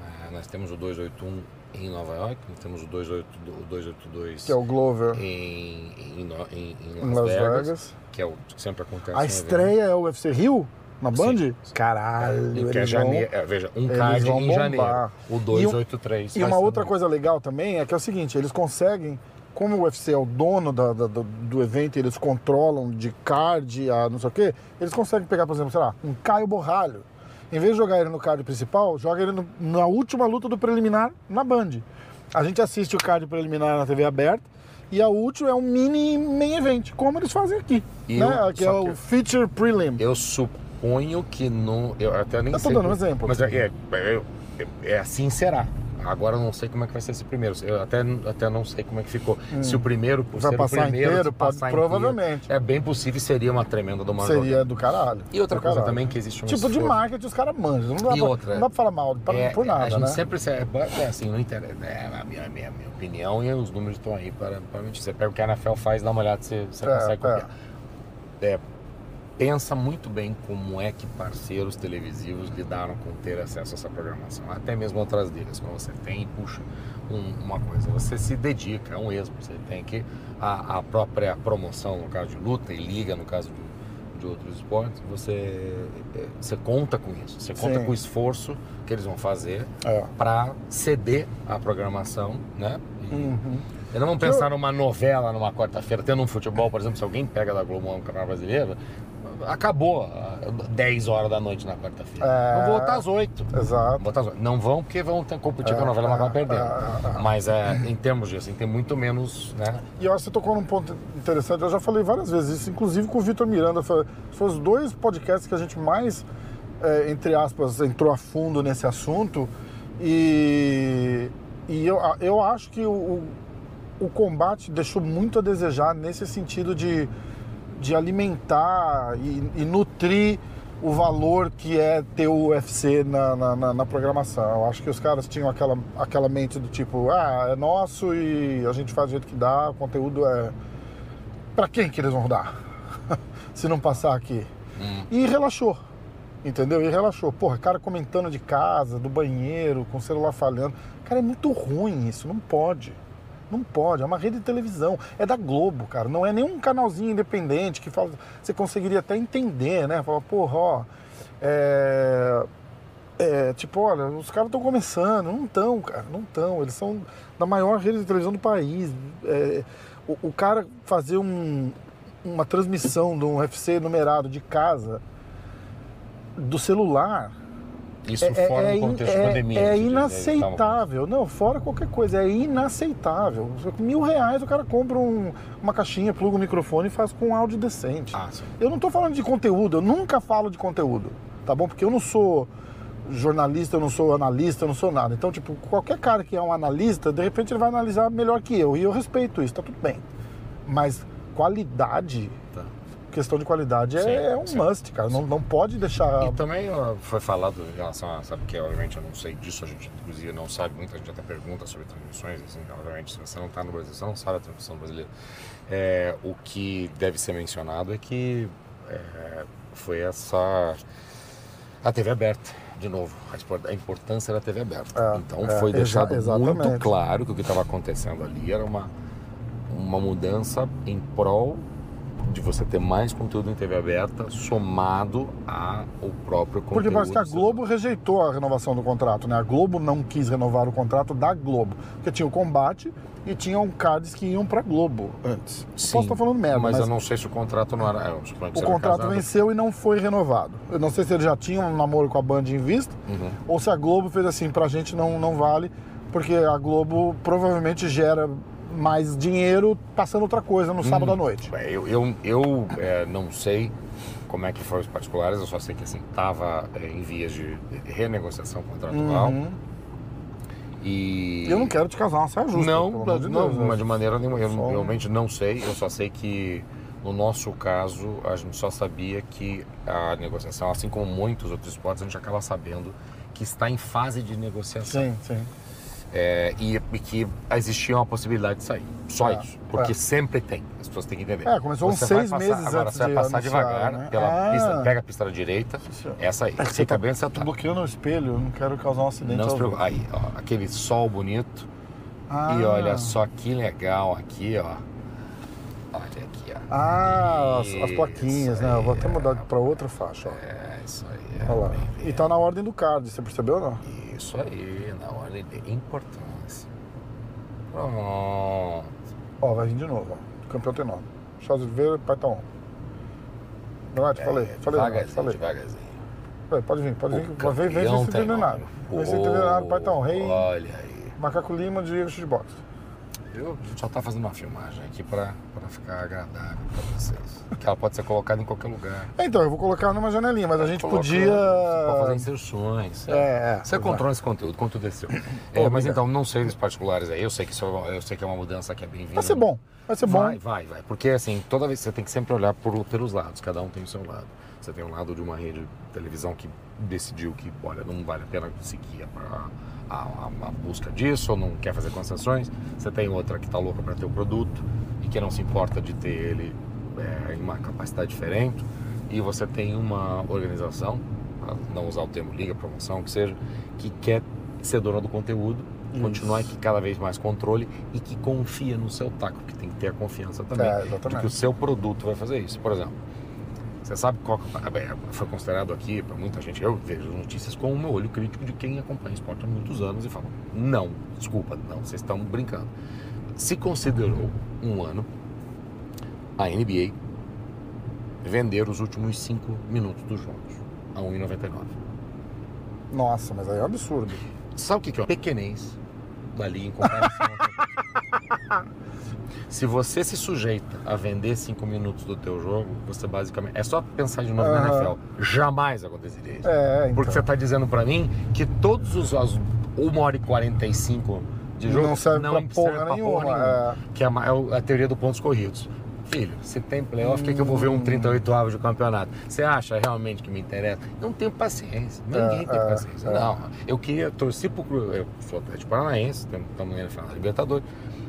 B: É, nós temos o 281 em Nova York, nós temos o 282, o 282
A: Que é o Glover
B: em, em, No- em- em
A: em Las Vegas.
B: que é o que sempre acontece.
A: A
B: no
A: estreia é o UFC Rio? Na Band?
B: Sim, sim.
A: Caralho,
B: evento. que é
A: eles vão-
B: janeiro, é, veja, um
A: eles
B: card
A: vão
B: em
A: bombar. um-
B: janeiro, o 283.
A: E
B: vai
A: uma
B: ser
A: outra
B: no-
A: coisa legal também é que é o seguinte, eles conseguem, como o UFC é o dono da- da- do, do evento, eles controlam de card a não sei o quê, eles conseguem pegar, por exemplo, sei lá, um Caio Borralho. Em vez de jogar ele no card principal, joga ele no- na última luta do preliminar na Band. A gente assiste o card preliminar na TV aberta e a última é um mini main event, como eles fazem aqui.
B: E
A: né?
B: o-
A: que é
B: só
A: o
B: que-
A: feature prelim.
B: Eu suponho que no. Eu até nem
A: Eu tô
B: sei.
A: dando um exemplo.
B: Mas é, é, é- é assim será. Agora eu não sei como é que vai ser esse primeiro. Eu até, até não sei como é que ficou. Se o primeiro por
A: Hum. Vai
B: ser
A: passar
B: o primeiro,
A: inteiro?
B: se passar
A: Pode- provavelmente.
B: É bem possível, seria uma tremenda de uma
A: Seria
B: jogada.
A: do caralho.
B: E outra
A: do
B: coisa
A: caralho.
B: também que existe um
A: Tipo de
B: esforço-
A: marketing, os caras manjam. Não dá,
B: E
A: pra,
B: outra.
A: não dá pra falar mal pra-
B: É,
A: por
B: a
A: nada,
B: gente
A: né?
B: sempre se, é, é assim, não interessa. É a minha, minha, minha opinião e os números estão aí para, para mentir. Você pega o que a NFL faz, dá uma olhada se você
A: É,
B: consegue
A: é.
B: copiar. É, pensa muito bem como é que parceiros televisivos lidaram com ter acesso a essa programação, até mesmo outras ligas. Quando você tem, puxa, um- uma coisa, você se dedica, é um esmo. Você tem que a, a própria promoção, no caso de luta, e liga, no caso de, de outros esportes, você, é, você conta com isso, você conta
A: Sim.
B: com o esforço que eles vão fazer
A: É.
B: para ceder a programação, né? E
A: Uhum.
B: Eu não vamos pensar numa novela numa quarta-feira, tendo um futebol, por exemplo, se alguém pega da Globo um Campeonato Brasileiro, acabou ah, 10 horas da noite na quarta-feira.
A: É.
B: Não vou botar às 8.
A: Exato.
B: Botar às 8. Não vão porque vão ter que competir com a novela, mas vai perder.
A: é,
B: Mas é, em termos disso, assim, tem muito menos, né?
A: E eu acho que você tocou num ponto interessante, eu já falei várias vezes isso, inclusive com o Vitor Miranda. Foi, foram os dois podcasts que a gente mais, é, entre aspas, entrou a fundo nesse assunto. E, e eu, a- eu acho que o, o- o combate deixou muito a desejar nesse sentido de, de alimentar e, e nutrir o valor que é ter o UFC na, na, na- na programação. Eu acho que os caras tinham aquela, aquela mente do tipo, ah, é nosso e a gente faz do jeito que dá, o conteúdo é. Pra quem que eles vão dar? Se não passar aqui. E relaxou. Entendeu? E relaxou. Porra, cara comentando de casa, do banheiro, com o celular falhando. Cara, é muito ruim isso, não pode. Não pode, é uma rede de televisão, é da Globo, cara, não é nenhum canalzinho independente que fala. Você conseguiria até entender, né? Falar, porra, ó. É, é, tipo, olha, os caras estão começando, não estão, cara, não estão. Eles são da maior rede de televisão do país. É, o, o cara fazer um- uma transmissão de um UFC numerado de casa, do celular,
B: Isso fora do
A: in-
B: contexto de
A: é-
B: pandemia.
A: é
B: você diz, né? Eles estavam-
A: inaceitável. Não, fora qualquer coisa, é inaceitável. Mil reais o cara compra um- uma caixinha, pluga o microfone e faz com um áudio decente.
B: Ah, sim.
A: Eu não tô falando de conteúdo, eu nunca falo de conteúdo, tá bom? Porque eu não sou jornalista, eu não sou analista, eu não sou nada. Então, tipo, qualquer cara que é um analista, de repente ele vai analisar melhor que eu. E eu respeito isso, tá tudo bem. Mas qualidade,
B: Tá.
A: questão de qualidade é,
B: Sim,
A: é um
B: sim.
A: must, cara. Não, não pode deixar.
B: E também ó, foi falado em relação a, sabe que obviamente eu não sei disso, a gente inclusive não sabe, muita gente até pergunta sobre transmissões, assim, obviamente se você não está no Brasil, você não sabe a transmissão brasileira. É, o que deve ser mencionado é que é, foi essa a TV aberta, de novo, a espor- a importância da TV aberta.
A: É,
B: então
A: é,
B: foi
A: exa-
B: deixado muito
A: exatamente.
B: claro que o que estava acontecendo ali era uma, uma mudança em prol de você ter mais conteúdo em TV aberta somado ao próprio conteúdo.
A: Porque parece que a Globo rejeitou a renovação do contrato, né? A Globo não quis renovar o contrato da Globo. Porque tinha o combate e tinha um cards que iam pra Globo antes.
B: Sim,
A: Posso estar falando merda,
B: mas,
A: mas,
B: eu não sei se o contrato não era... é, eu suponho que
A: o
B: você era
A: contrato
B: casado.
A: venceu e não foi renovado. Eu não sei se ele já tinha um namoro com a Band em vista
B: Uhum.
A: ou se a Globo fez assim, pra gente não, não vale, porque a Globo provavelmente gera mais dinheiro passando outra coisa no sábado à noite.
B: É, Eu, eu, eu, é, não sei como é que foram os particulares, eu só sei que assim, estava em vias de renegociação contratual
A: Uhum.
B: e...
A: E eu não quero te casar uma saia justa.
B: Não,
A: pelo
B: não,
A: amor de
B: não,
A: Deus, né?
B: mas de maneira nenhuma. Eu
A: Só um-
B: realmente não sei. Eu só sei que no nosso caso a gente só sabia que a negociação, assim como muitos outros esportes, a gente acaba sabendo que está em fase de negociação
A: Sim, sim.
B: É, e, e que existia uma possibilidade de sair. Só
A: É,
B: isso, porque
A: é.
B: sempre tem. As pessoas têm que entender.
A: É, começou uns
B: Você vai
A: seis
B: passar-
A: meses
B: agora
A: antes
B: você
A: de
B: vai passar
A: anunciar,
B: devagar
A: né?
B: pela
A: Ah.
B: pista, pega a pista da direita,
A: senhora.
B: essa aí.
A: você
B: Fica
A: tá-
B: bem
A: Tô
B: acertado.
A: bloqueando o espelho, eu não quero causar um acidente.
B: Não se
A: ao vivo.
B: preocupe. Aí, ó, aquele sol bonito.
A: Ah.
B: E olha só que legal aqui, ó. Olha aqui, ó.
A: Ah, as, as plaquinhas,
B: Isso
A: né? Eu vou
B: aí,
A: até mudar pra outra faixa, ó.
B: É, isso aí.
A: Olha lá.
B: é,
A: E tá na ordem do card, você percebeu ou não?
B: Isso aí, na ordem de importância. Pronto.
A: Ó, vai vir de novo, ó. O campeão tem nome. Charles Oliveira, Paitão. Não é? Te falei,
B: É,
A: falei, não,
B: Devagarzinho,
A: falei.
B: devagarzinho.
A: Vai, Pode vir, pode vir.
B: O
A: que- Vem, vem,
B: campeão
A: vem sem
B: tem
A: entender nada.
B: nome.
A: tá um Vem sem entender nada,
B: Oh,
A: Paitão. Rei,
B: Olha aí.
A: Macaco Lima, Diego Chute Box.
B: Eu a gente só tá fazendo uma filmagem aqui pra, pra ficar agradável pra vocês. Que ela pode ser colocada em qualquer lugar.
A: É, então, eu vou colocar numa janelinha, mas a gente
B: Coloca-
A: podia.
B: né? Você pode fazer inserções.
A: É, é,
B: Você
A: exato.
B: controla esse conteúdo, o conteúdo é seu. É, mas
A: obrigado.
B: então, não sei dos particulares aí. Eu sei que, isso é uma- eu sei que é uma mudança que é bem-vinda.
A: Vai ser bom, vai ser bom. É,
B: Vai, vai, vai. Porque assim, toda vez você tem que sempre olhar por, pelos lados, cada um tem o seu lado. Você tem um lado de uma rede de televisão que decidiu que, olha, não vale a pena seguir a, a, a- a busca disso, ou não quer fazer concessões. Você tem outra que está louca para ter o produto e que não se importa de ter ele é, em uma capacidade diferente. E você tem uma organização, pra não usar o termo liga, promoção, o que seja, que quer ser dona do conteúdo, continuar
A: Isso.
B: que cada vez mais controle e que confia no seu taco, que tem que ter a confiança também Tipo
A: É,
B: de que o
A: exatamente.
B: seu produto vai fazer isso. Por exemplo, você sabe qual é, foi considerado aqui para muita gente. Eu vejo as notícias com o meu olho crítico de quem acompanha esporte há muitos anos e fala: não, desculpa, não, vocês estão brincando. Se considerou um ano a NBA vender os últimos cinco minutos dos jogos a 1,99. assim.
A: Nossa, mas aí é um absurdo.
B: Sabe o que que é uma pequenez dali em comparação? a outra coisa? se você se sujeita a vender cinco minutos do teu jogo, você basicamente... É só pensar de novo na
A: Aham.
B: NFL. Jamais aconteceria isso.
A: É, então.
B: Porque você está dizendo para mim que todos os... As 1 hora e 45 de jogo
A: Não serve pra porra
B: pra
A: nenhuma, é.
B: Que é a, ma- é o- a teoria do pontos corridos. Filho, se tem playoff, por que, que eu vou ver
A: Hum.
B: um 38 avos de campeonato? Você acha realmente que me interessa? Não tenho paciência. Ninguém
A: É,
B: tem
A: é,
B: paciência.
A: é.
B: Não, eu queria torcer pro Cru- Eu sou Atlético Paranaense, estamos na final da Libertadores,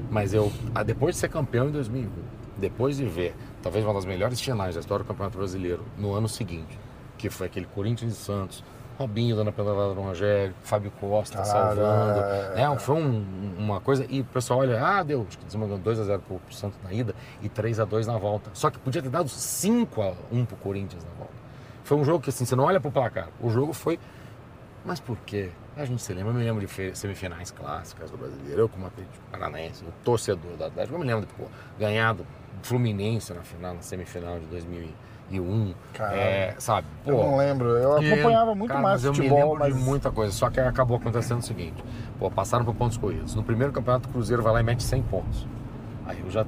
B: mas eu, ah, depois de ser campeão em 2001, depois de ver talvez uma das melhores finais da história do Campeonato Brasileiro no ano seguinte, que foi aquele Corinthians e Santos, Robinho dando a pedalada no Rogério, Fábio Costa
A: Caralho,
B: salvando,
A: é,
B: né? Foi um- uma coisa. E o pessoal olha, ah, deu, acho que desmandou 2x0 pro, pro Santos na ida e 3x2 na volta. Só que podia ter dado 5x1 pro Corinthians na volta. Foi um jogo que, assim, você não olha pro placar. O jogo foi. Mas por quê? A gente se lembra, eu me lembro de fe- semifinais clássicas do brasileiro. Eu, como atlético paranaense, um torcedor do Atlético, eu me lembro de pô, ganhar do Fluminense na final, na semifinal de 2001.
A: Caralho.
B: É, sabe? Pô,
A: Eu não lembro. Eu
B: que-
A: acompanhava muito
B: cara,
A: mais
B: mas eu me
A: futebol,
B: lembro
A: mas.
B: de muita coisa. Só que acabou acontecendo o seguinte: pô, passaram por pontos corridos. No primeiro campeonato, o Cruzeiro vai lá e mete 100 pontos. Aí eu já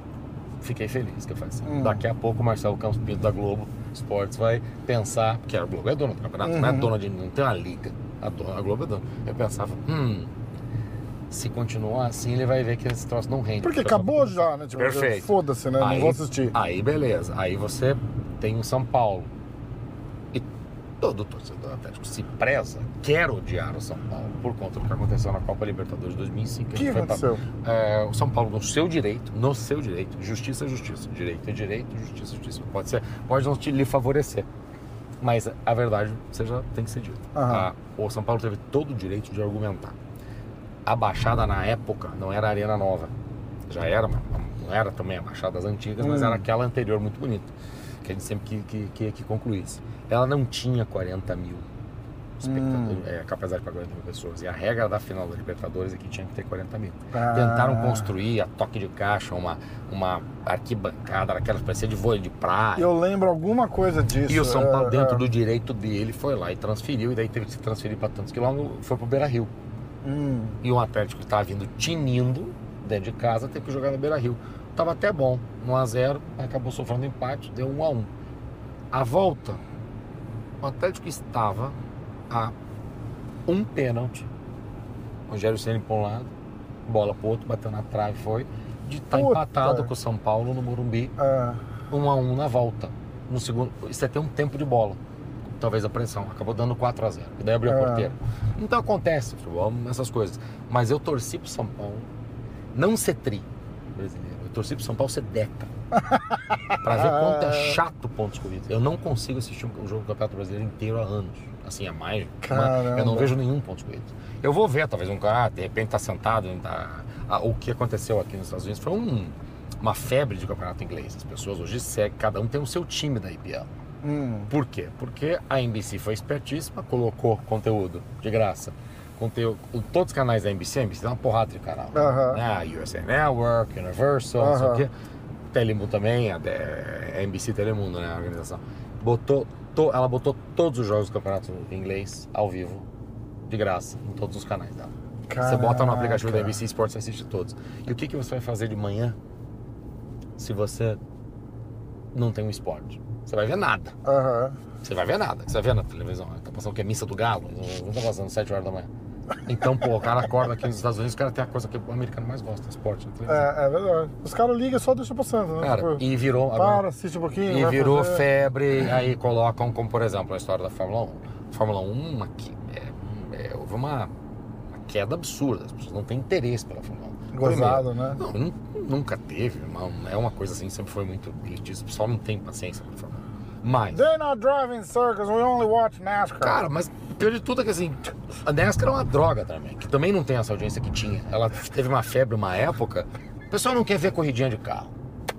B: fiquei feliz. Que eu falei assim,
A: Hum.
B: Daqui a pouco o Marcelo Campos Pinto da Globo Esportes vai pensar, porque a Globo é dona do campeonato, não é
A: Uhum.
B: dona de. não tem uma liga. A, dona- a Globo é dona. Eu pensava, hum. Se continuar assim, ele vai ver que esse troço não rende.
A: Porque
B: O pessoal
A: acabou já, né? Tipo,
B: Perfeito.
A: Foda-se, né? não vou assistir.
B: Aí beleza. Aí você tem o São Paulo. E todo torcedor atlético se preza, quer odiar o São Paulo por conta do que aconteceu na Copa Libertadores de 2005.
A: O
B: Ele
A: que
B: foi pra-
A: aconteceu?
B: é, o São Paulo no seu direito, no seu direito, justiça é justiça, direito é direito, justiça é justiça. Pode ser, pode não te lhe favorecer, mas a verdade seja tem que ser dita.
A: Aham.
B: Ah, o São Paulo teve todo o direito de argumentar. A Baixada na época não era a Arena Nova, já era, mas não era também a Baixada das antigas, mas
A: Hum.
B: era aquela anterior muito bonita, que a gente sempre que, que, que, que concluísse. Ela não tinha 40 mil
A: Hum.
B: espectadores, é, capacidade para 40 mil pessoas. E a regra da final da Libertadores é que tinha que ter 40 mil.
A: Ah.
B: Tentaram construir a toque de caixa, uma, uma arquibancada, aquela espécie de vôlei de praia.
A: Eu lembro alguma coisa disso.
B: E o São
A: é,
B: Paulo, dentro
A: é.
B: do direito dele, foi lá e transferiu, e daí teve que se transferir para tantos quilômetros, foi para o Beira Rio.
A: Hum.
B: E o Atlético que estava vindo tinindo dentro de casa, teve que jogar no Beira Rio. Tava até bom, 1x0, acabou sofrendo empate, deu 1x1. A, volta, o Atlético estava a um pênalti. Rogério Ceni para um lado, bola para outro, bateu na trave, foi. De estar
A: Puta.
B: empatado com o São Paulo no Morumbi,
A: É.
B: 1 a 1 na volta. No segundo, você tem um tempo de bola. Talvez a pressão acabou dando 4 a 0. E daí abriu a
A: É.
B: porteira. Então acontece, futebol, essas coisas. Mas eu torci pro São Paulo não ser tri brasileiro. Eu torci pro São Paulo ser deca. pra ver quanto é chato pontos corridos. Eu não consigo assistir um jogo do Campeonato Brasileiro inteiro há anos. Assim, há mais.
A: Caramba.
B: Eu não vejo nenhum ponto corrido. Eu vou ver, talvez um cara, de repente tá sentado. tá- ah, o que aconteceu aqui nos Estados Unidos foi um- uma febre de campeonato inglês. As pessoas hoje seguem, cada um tem o seu time da IPL.
A: Hum.
B: Por quê? Porque a NBC foi espertíssima, colocou conteúdo de graça. Conteúdo, o- todos os canais da NBC, a NBC dá uma porrada de canal.
A: Aham.
B: Né? A USA Network, Universal, não sei o
A: Aham.
B: quê. Telemundo também, a, de- a NBC Telemundo, né? A organização. Botou, to- ela botou todos os jogos do campeonato inglês ao vivo, de graça, em todos os canais dela. Você bota no aplicativo da
A: Caraca.
B: NBC Sports e assiste todos. E o que, que você vai fazer de manhã se você não tem um esporte? Você vai ver nada.
A: Aham.
B: Você vai ver nada. Você vai ver na televisão. Tá passando que é missa do galo. Não tá passando 7 horas da manhã. Então, pô, o cara acorda aqui nos Estados Unidos, o cara tem a coisa que o americano mais gosta, esporte na televisão.
A: É, é verdade. Os caras ligam e só deixa passando, né?
B: Cara,
A: Tipo,
B: e virou. agora-
A: para, assiste um pouquinho.
B: E
A: vai
B: virou
A: fazer-
B: febre, aí colocam, como por exemplo, a história da Fórmula 1. Fórmula 1 aqui, é, é, houve uma, uma queda absurda, as pessoas não têm interesse pela Fórmula 1.
A: Gozado,
B: Primeiro,
A: né?
B: Não, nun- nunca teve, uma- é uma coisa assim, sempre foi muito elitista, o pessoal não tem paciência pela Fórmula 1. Mas,
A: They not driving circles, we only watch NASCAR.
B: cara, mas pior de tudo é que assim, a NASCAR é uma droga também, que também não tem essa audiência que tinha. Ela teve uma febre uma época, o pessoal não quer ver corridinha de carro.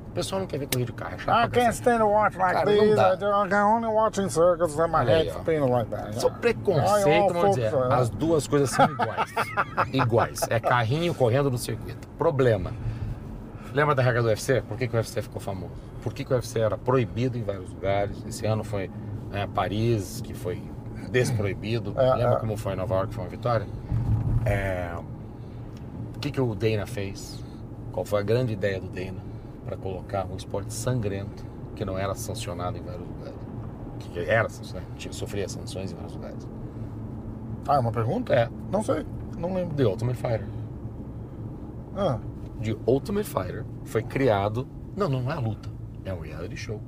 B: O pessoal não quer ver corrida de carro. é chato
A: I
B: pra
A: can't stand to watch like
B: Cara, não
A: these.
B: dá.
A: I, do, I can only watch in circles and my
B: Olha aí,
A: head's
B: ó.
A: spinning like that.
B: É Só preconceito, vamos dizer. As duas coisas são iguais. iguais. É carrinho correndo no circuito. Problema. Lembra da regra do UFC? Por que, que o UFC ficou famoso? Por que, que o UFC era proibido em vários lugares? Esse ano foi né, Paris, que foi desproibido.
A: É,
B: Lembra
A: é.
B: como foi em Nova York, foi uma vitória? É, O que, que o Dana fez? Qual foi a grande ideia do Dana para colocar um esporte sangrento que não era sancionado em vários lugares? Que era sancionado, tinha- sofria sanções em vários lugares.
A: Ah, é uma pergunta?
B: É,
A: Não sei, não lembro.
B: The Ultimate Fighter.
A: Ah,
B: The Ultimate Fighter foi criado. Não, não é a luta. É um reality show.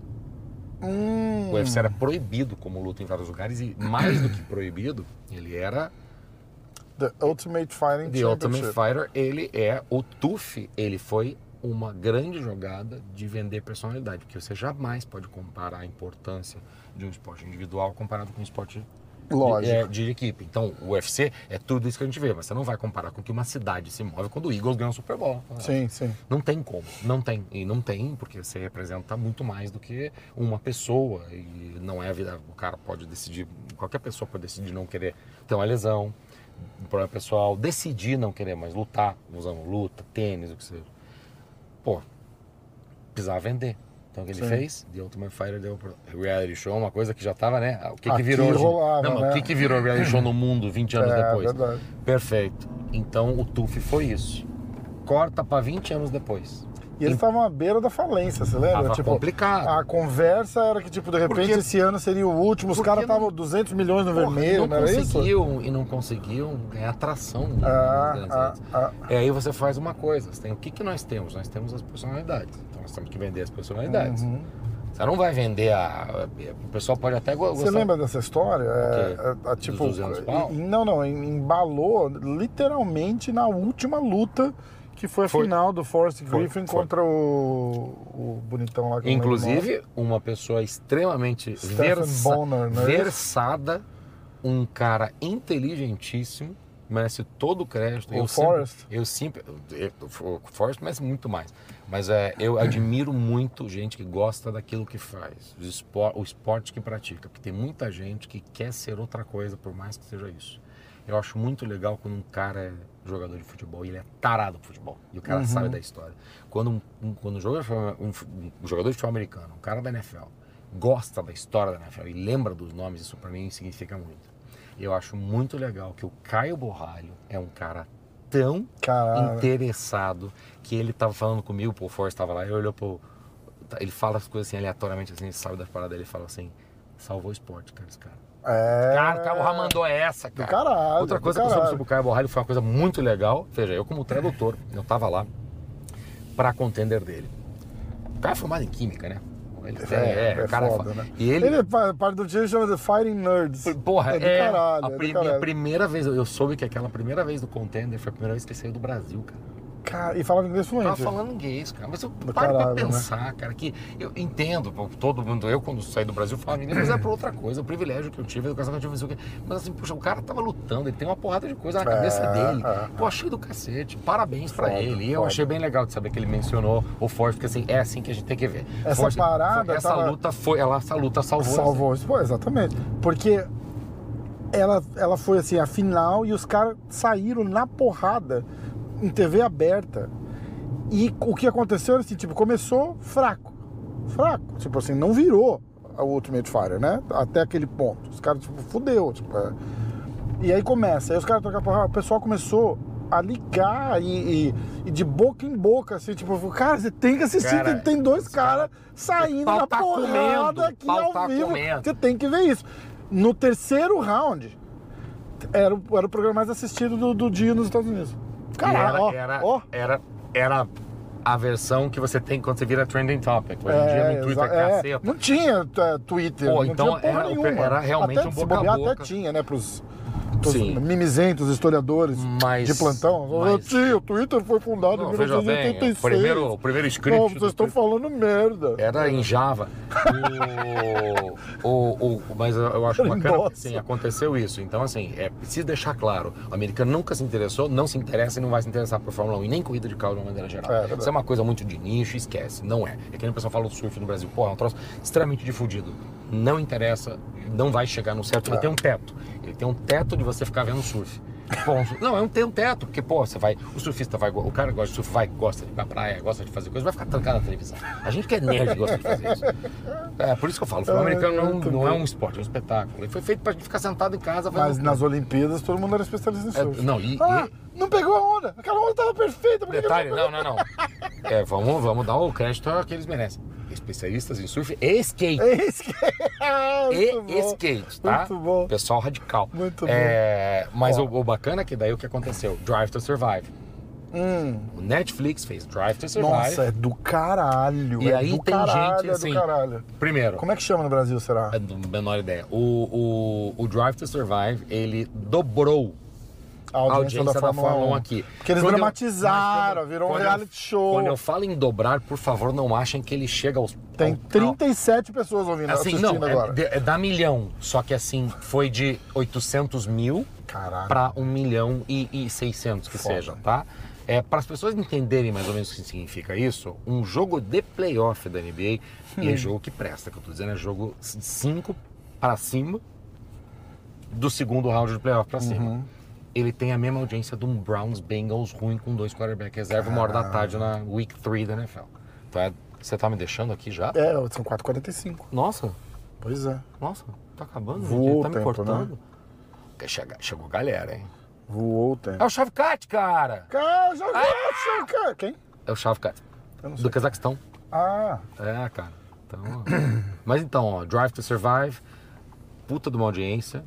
A: hum,
B: O UFC era proibido como luta em vários lugares e, mais do que proibido, ele era.
A: Hum. The Ultimate Fighting
B: The Ultimate
A: Championship.
B: Fighter, ele é. O TUF, ele foi uma grande jogada de vender personalidade, porque você jamais pode comparar a importância de um esporte individual comparado com um esporte
A: Lógico.
B: é, de equipe. Então, o UFC é tudo isso que a gente vê, mas você não vai comparar com o que uma cidade se move quando o Eagles ganha o Super Bowl.
A: Sim, sim.
B: Não tem como, não tem. E não tem, porque você representa muito mais do que uma pessoa. E não é a vida. O cara pode decidir, qualquer pessoa pode decidir não querer ter uma lesão, um problema pessoal, decidir não querer mais lutar, usando luta, tênis, o que seja. Pô, precisava vender. Então o que ele
A: Sim.
B: fez? The Ultimate Fighter deu pro- reality show, uma coisa que já tava, né? O que, que
A: Aqui
B: virou. hoje-
A: rolava,
B: não, mas
A: né?
B: o que, que virou reality show no mundo 20 anos
A: É,
B: depois?
A: verdade.
B: Perfeito. Então o TUF foi isso. Corta para 20 anos depois.
A: E eles estavam à beira da falência, você lembra?
B: Tava
A: tipo,
B: complicado.
A: A conversa era que, tipo, de repente
B: Porque-
A: esse ano seria o último. Os
B: Porque
A: caras
B: não-
A: estavam 200 milhões no vermelho,
B: não
A: não era isso?
B: conseguiam e não conseguiam ganhar atração. né,
A: Ah,
B: nas
A: ah,
B: grandes redes.
A: ah.
B: E aí você faz uma coisa, você tem o que, que nós temos? Nós temos as personalidades. Então nós temos que vender as personalidades.
A: Uhum.
B: Você não vai vender a. O pessoal pode até go- gostar.
A: Você lembra dessa história? É,
B: quê?
A: é, é, tipo,
B: Dos 200 pau?
A: em- não, não, em- embalou literalmente na última luta que foi a
B: Foi.
A: final do Forrest
B: Foi,
A: Griffin
B: foi.
A: contra o, o bonitão lá. que eu não lembro o nome.
B: Inclusive, uma pessoa extremamente
A: Stephen
B: versa-
A: Bonner, não é
B: versada, um cara inteligentíssimo, merece todo o crédito.
A: O
B: eu
A: Forrest.
B: Sempre, eu sempre. eu- o Forrest merece muito mais. Mas é, eu admiro muito gente que gosta daquilo que faz, o espo- o esporte que pratica, porque tem muita gente que quer ser outra coisa, por mais que seja isso. Eu acho muito legal quando um cara é jogador de futebol e ele é tarado por futebol. E o cara sabe da história. Quando um, um- quando um jogador, de futebol- um fu- um jogador de futebol americano, um cara da NFL, gosta da história da NFL e lembra dos nomes, isso pra mim significa muito. Eu acho muito legal que o Caio Borralho é um cara tão
A: Caralho.
B: interessado que ele tava falando comigo, pô, o Forrest tava lá, ele olhou pro. Ele fala as coisas assim aleatoriamente, assim, ele sabe das paradas, ele fala assim: salvou o esporte, cara, esse cara.
A: É.
B: Cara, tá o Caio Borralho mandou essa, cara.
A: caralho,
B: Outra
A: do
B: coisa que eu soube
A: caralho.
B: sobre o Caio Borralho foi uma coisa muito legal. Veja, eu como tradutor, eu tava lá pra contender dele. O cara é formado em química, né? Ele tem- é, o cara é
A: foda,
B: foda.
A: né?
B: E ele,
A: é pa- parte do time chama de Fighting Nerds.
B: Porra,
A: é do
B: é
A: caralho.
B: a
A: é do
B: prim- minha
A: caralho.
B: primeira vez, eu soube que aquela primeira vez do Contender foi a primeira vez que ele saiu do Brasil, cara.
A: Cara, e falava inglês
B: Eu
A: fluente.
B: tava falando inglês, cara. Mas eu paro
A: caralho, né?
B: pra pensar, cara, que eu entendo, pô, todo mundo, eu quando saí do Brasil falava inglês, mas é por outra coisa, o privilégio que eu tive, a educação que eu tive, não sei o quê. Mas assim, puxa, o cara tava lutando, ele tem uma porrada de coisa na
A: É,
B: cabeça dele.
A: é.
B: Pô, achei do cacete, parabéns pra
A: Foda,
B: ele. E eu
A: foda.
B: achei bem legal de saber que ele mencionou o Forte, porque assim, é assim que a gente tem que ver.
A: Essa
B: Forte-
A: parada
B: foi- essa
A: tava-
B: luta foi, ela, essa luta salvou.
A: Salvou isso, pô, exatamente. Porque ela, ela foi assim, a final, e os caras saíram na porrada em TV aberta. E o que aconteceu era assim, tipo, começou fraco. Fraco. Tipo assim, não virou a Ultimate Fighter, né? Até aquele ponto. Os caras, tipo, fudeu. Tipo, é. E aí começa, aí os caras trocam porrada, o pessoal começou a ligar e, e- e de boca em boca, assim, tipo, eu falo, cara, você tem que assistir,
B: Cara,
A: tem, tem dois caras saindo
B: pau
A: na
B: tá
A: porrada
B: comendo,
A: aqui
B: pau
A: ao
B: tá
A: vivo.
B: comendo.
A: Você tem que ver isso. No terceiro round, era, o- era o programa mais assistido do, do dia nos Estados Unidos. Caralho,
B: era,
A: ó,
B: era,
A: ó.
B: era, era a versão que você tem quando você vira trending topic. Hoje em dia no Twitter
A: exa-
B: é
A: é.
B: caceta.
A: Não tinha é, Twitter,
B: Pô,
A: não
B: então
A: tinha porra
B: era-
A: nenhuma.
B: era realmente
A: até,
B: um
A: se
B: boca a
A: bobear,
B: boca.
A: até tinha, né, pros, pros
B: Sim.
A: mimizentos, historiadores
B: Mas-
A: de plantão.
B: mas-
A: Tia, o Twitter foi fundado
B: Não,
A: em
B: veja bem,
A: 1986.
B: o primeiro, o primeiro É, script
A: Não,
B: do
A: vocês estão falando merda.
B: Era em Java. O, o, o- mas eu- eu acho
A: Era em
B: bacana
A: DOS.
B: porque assim, aconteceu isso. Então, assim, é preciso deixar claro: o americano nunca se interessou, não se interessa e não vai se interessar por Fórmula 1 e nem corrida de carro de uma maneira geral.
A: É, é verdade.
B: isso é uma coisa muito de nicho, esquece. Não é. É que nem o pessoal fala do surf no Brasil. Pô, é um troço extremamente difundido. Não interessa, não vai chegar num certo.
A: É.
B: Ele tem um teto. Ele tem um teto de você ficar vendo surf. Pô, um sur- não, é um, tem um teto, porque, pô, você vai. O surfista vai. go- O cara que gosta de surf, vai, gosta de ir pra praia, gosta de fazer coisa, vai ficar trancado na televisão. A gente que é nerd gosta de fazer isso. É, por isso que eu falo, o futebol
A: É,
B: americano não, é um-
A: muito
B: não é
A: bom.
B: um esporte, é um espetáculo. Ele foi feito pra gente ficar sentado em casa
A: Mas
B: fazendo.
A: nas Olimpíadas todo mundo era especialista em surf.
B: É, não, e-
A: Ah, não pegou a onda. Aquela onda tava perfeita. por que que
B: Detalhe,
A: ele
B: não, não, não. É, vamos, vamos dar o crédito que eles merecem. Especialistas em surf e skate.
A: É skate. Ah,
B: e
A: Muito bom.
B: skate, tá?
A: Muito bom.
B: Pessoal radical.
A: Muito
B: É, mas
A: Ó.
B: o, o bacana é que daí o que aconteceu? Drive to Survive.
A: Hum,
B: O Netflix fez Drive to Survive.
A: nossa, é do caralho.
B: E
A: é
B: aí
A: do
B: tem
A: caralho,
B: gente, assim-
A: É do caralho.
B: Primeiro.
A: Como é que chama no Brasil, será?
B: Eu não tenho a menor ideia. O, o, o Drive to Survive, ele dobrou
A: a
B: a audiência da Fórmula 1 aqui.
A: um. Porque eles
B: Quando eu- mas
A: dramatizaram,
B: quando-
A: virou um
B: quando eu-
A: reality show.
B: Quando eu falo em dobrar, por favor, não achem que ele chega aos.
A: Tem
B: ao-
A: 37 pessoas ouvindo,
B: ao- Assim,
A: assistindo
B: não, é-
A: agora.
B: de- é, dá milhão. Só que assim, foi de 800 mil
A: Caralho.
B: para 1 milhão e, e 600 que
A: Foda.
B: seja, tá? É, para as pessoas entenderem mais ou menos o que significa isso, um jogo de playoff da NBA, e é jogo que presta, que eu tô dizendo, é jogo 5 para cima do segundo round de playoff para cima. Ele tem a mesma audiência de um Browns Bengals ruim com dois quarterbacks reserva uma hora da tarde na Week 3 da NFL. Então é- você tá me deixando aqui já?
A: É, são 4h45.
B: Nossa,
A: Pois é.
B: nossa, tá acabando,
A: Voou
B: gente, ele
A: o
B: tá me
A: tempo,
B: cortando. Chega- chegou galera, hein?
A: Voou o
B: É
A: tempo.
B: o Shavkat, cara!
A: Cara, já ah! cara. Quem?
B: É o Shavkat.
A: Eu não sei.
B: Do Cazaquistão.
A: Ah,
B: É, cara. Então, ó. Mas então, ó, Drive to Survive, puta de uma audiência.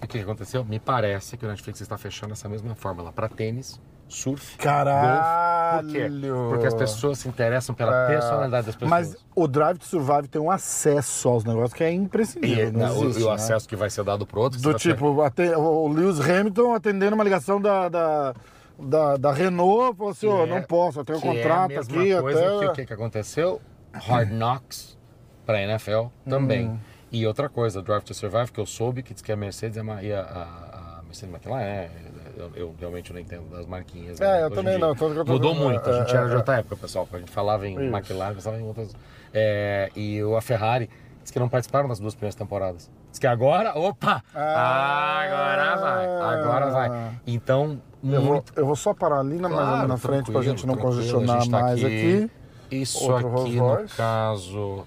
B: E o que que aconteceu? Me parece que o Netflix está fechando essa mesma fórmula para tênis, surf,
A: Caralho!
B: golfe. Por quê? Porque as pessoas se interessam pela personalidade das pessoas.
A: Ah, mas o Drive to Survive tem um acesso aos negócios que é
B: e,
A: imprescindível. não
B: na- o-
A: existe,
B: e o,
A: né?
B: acesso é que vai ser dado pro outro.
A: Do
B: você vai
A: tipo, aten- o Lewis Hamilton atendendo uma ligação da, da, da, da Renault, falou assim, ó,
B: Que é-
A: não posso, eu tenho
B: Que
A: contrato
B: é a mesma
A: aqui
B: coisa
A: até...
B: que o que, que aconteceu? Hard Knocks para NFL também.
A: Hum.
B: E outra coisa, Drive to Survive, que eu soube que diz que a Mercedes é uma, e a, a- a Mercedes McLaren é. Eu, eu realmente não entendo das marquinhas. né,
A: É, eu
B: hoje em
A: também
B: dia.
A: não, tanto que eu tô
B: Mudou
A: vendo,
B: muito, a gente
A: é,
B: era
A: é,
B: de outra época, pessoal. A gente falava em
A: Isso.
B: McLaren, pensava em outras. É, e o- a Ferrari diz que não participaram das duas primeiras temporadas. Diz que agora, opa!
A: Ah.
B: agora vai! Agora vai. Então,
A: Eu vou,
B: muito
A: eu vou só parar ali na, mais ou menos na frente pra
B: tranquilo,
A: gente não
B: tranquilo, a
A: congestionar
B: gente tá
A: mais aqui.
B: Isso
A: Outro Rolls
B: aqui, no
A: Royce.
B: caso.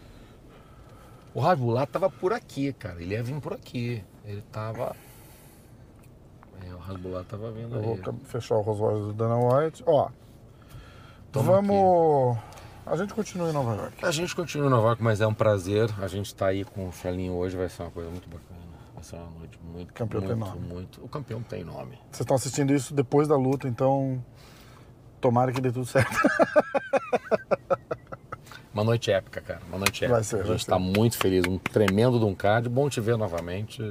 B: O Ravulat tava por aqui, cara. Ele ia vir por aqui. Ele tava. É, o Ravulat tava vindo
A: Eu vou
B: aí.
A: ca- fechar o Rolls Royce do Dana White. Ó,
B: Toma
A: vamos... A gente continua em Nova York.
B: A gente continua em Nova York, mas é um prazer. A gente tá aí com o Felinho hoje, vai ser uma coisa muito bacana. Vai ser uma noite muito.
A: Campeão tem
B: muito,
A: nome.
B: muito- O campeão tem nome.
A: Vocês estão assistindo isso depois da luta, então... Tomara que dê tudo certo.
B: Uma noite épica, cara. Uma noite épica.
A: Vai ser,
B: a
A: vai
B: gente
A: ser.
B: tá muito feliz, um tremendo de um card. Bom te ver novamente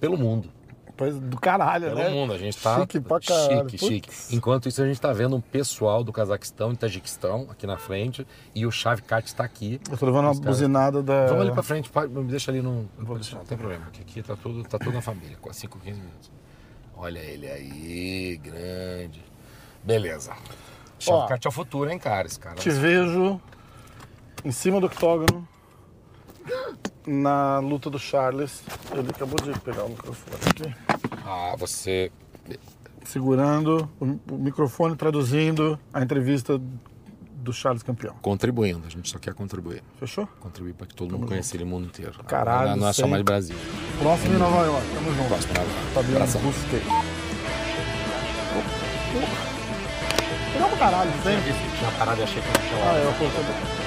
B: pelo mundo.
A: Pois do caralho,
B: Pelo
A: né?
B: mundo, a gente tá
A: Chique pra caralho.
B: chique,
A: Putz.
B: chique. Enquanto isso, a gente tá vendo um pessoal do Cazaquistão e Tajiquistão aqui na frente e o Shavkat está aqui.
A: Eu tô levando uma
B: Os caras-
A: buzinada da...
B: Vamos ali pra frente, pode- me deixa ali no... Não
A: É. deixar.
B: tem problema, que aqui tá tudo, tá tudo na família, com 5, 15 minutos. Olha ele aí, grande. Beleza. Shavkat é o futuro, hein, cara, esse cara.
A: Te vejo em cima do octógono na luta do Charles. Ele acabou de pegar o microfone aqui.
B: Ah, você...
A: Segurando o, o microfone, traduzindo a entrevista do Charles campeão.
B: Contribuindo, a gente só quer contribuir.
A: Fechou?
B: Contribuir pra que todo mundo conheça ele o mundo inteiro.
A: Caralho,
B: Não é- Não é só
A: sei. Tá
B: mais Brasil.
A: Próximo em Nova York. Tamo junto.
B: Próximo, né?
A: Fabiano
B: Abração.
A: Busquets.
B: Legal pra caralho, sempre.
A: é Esse que tinha parado e achei que não tinha
B: Ah,
A: lá.
B: eu, eu, eu,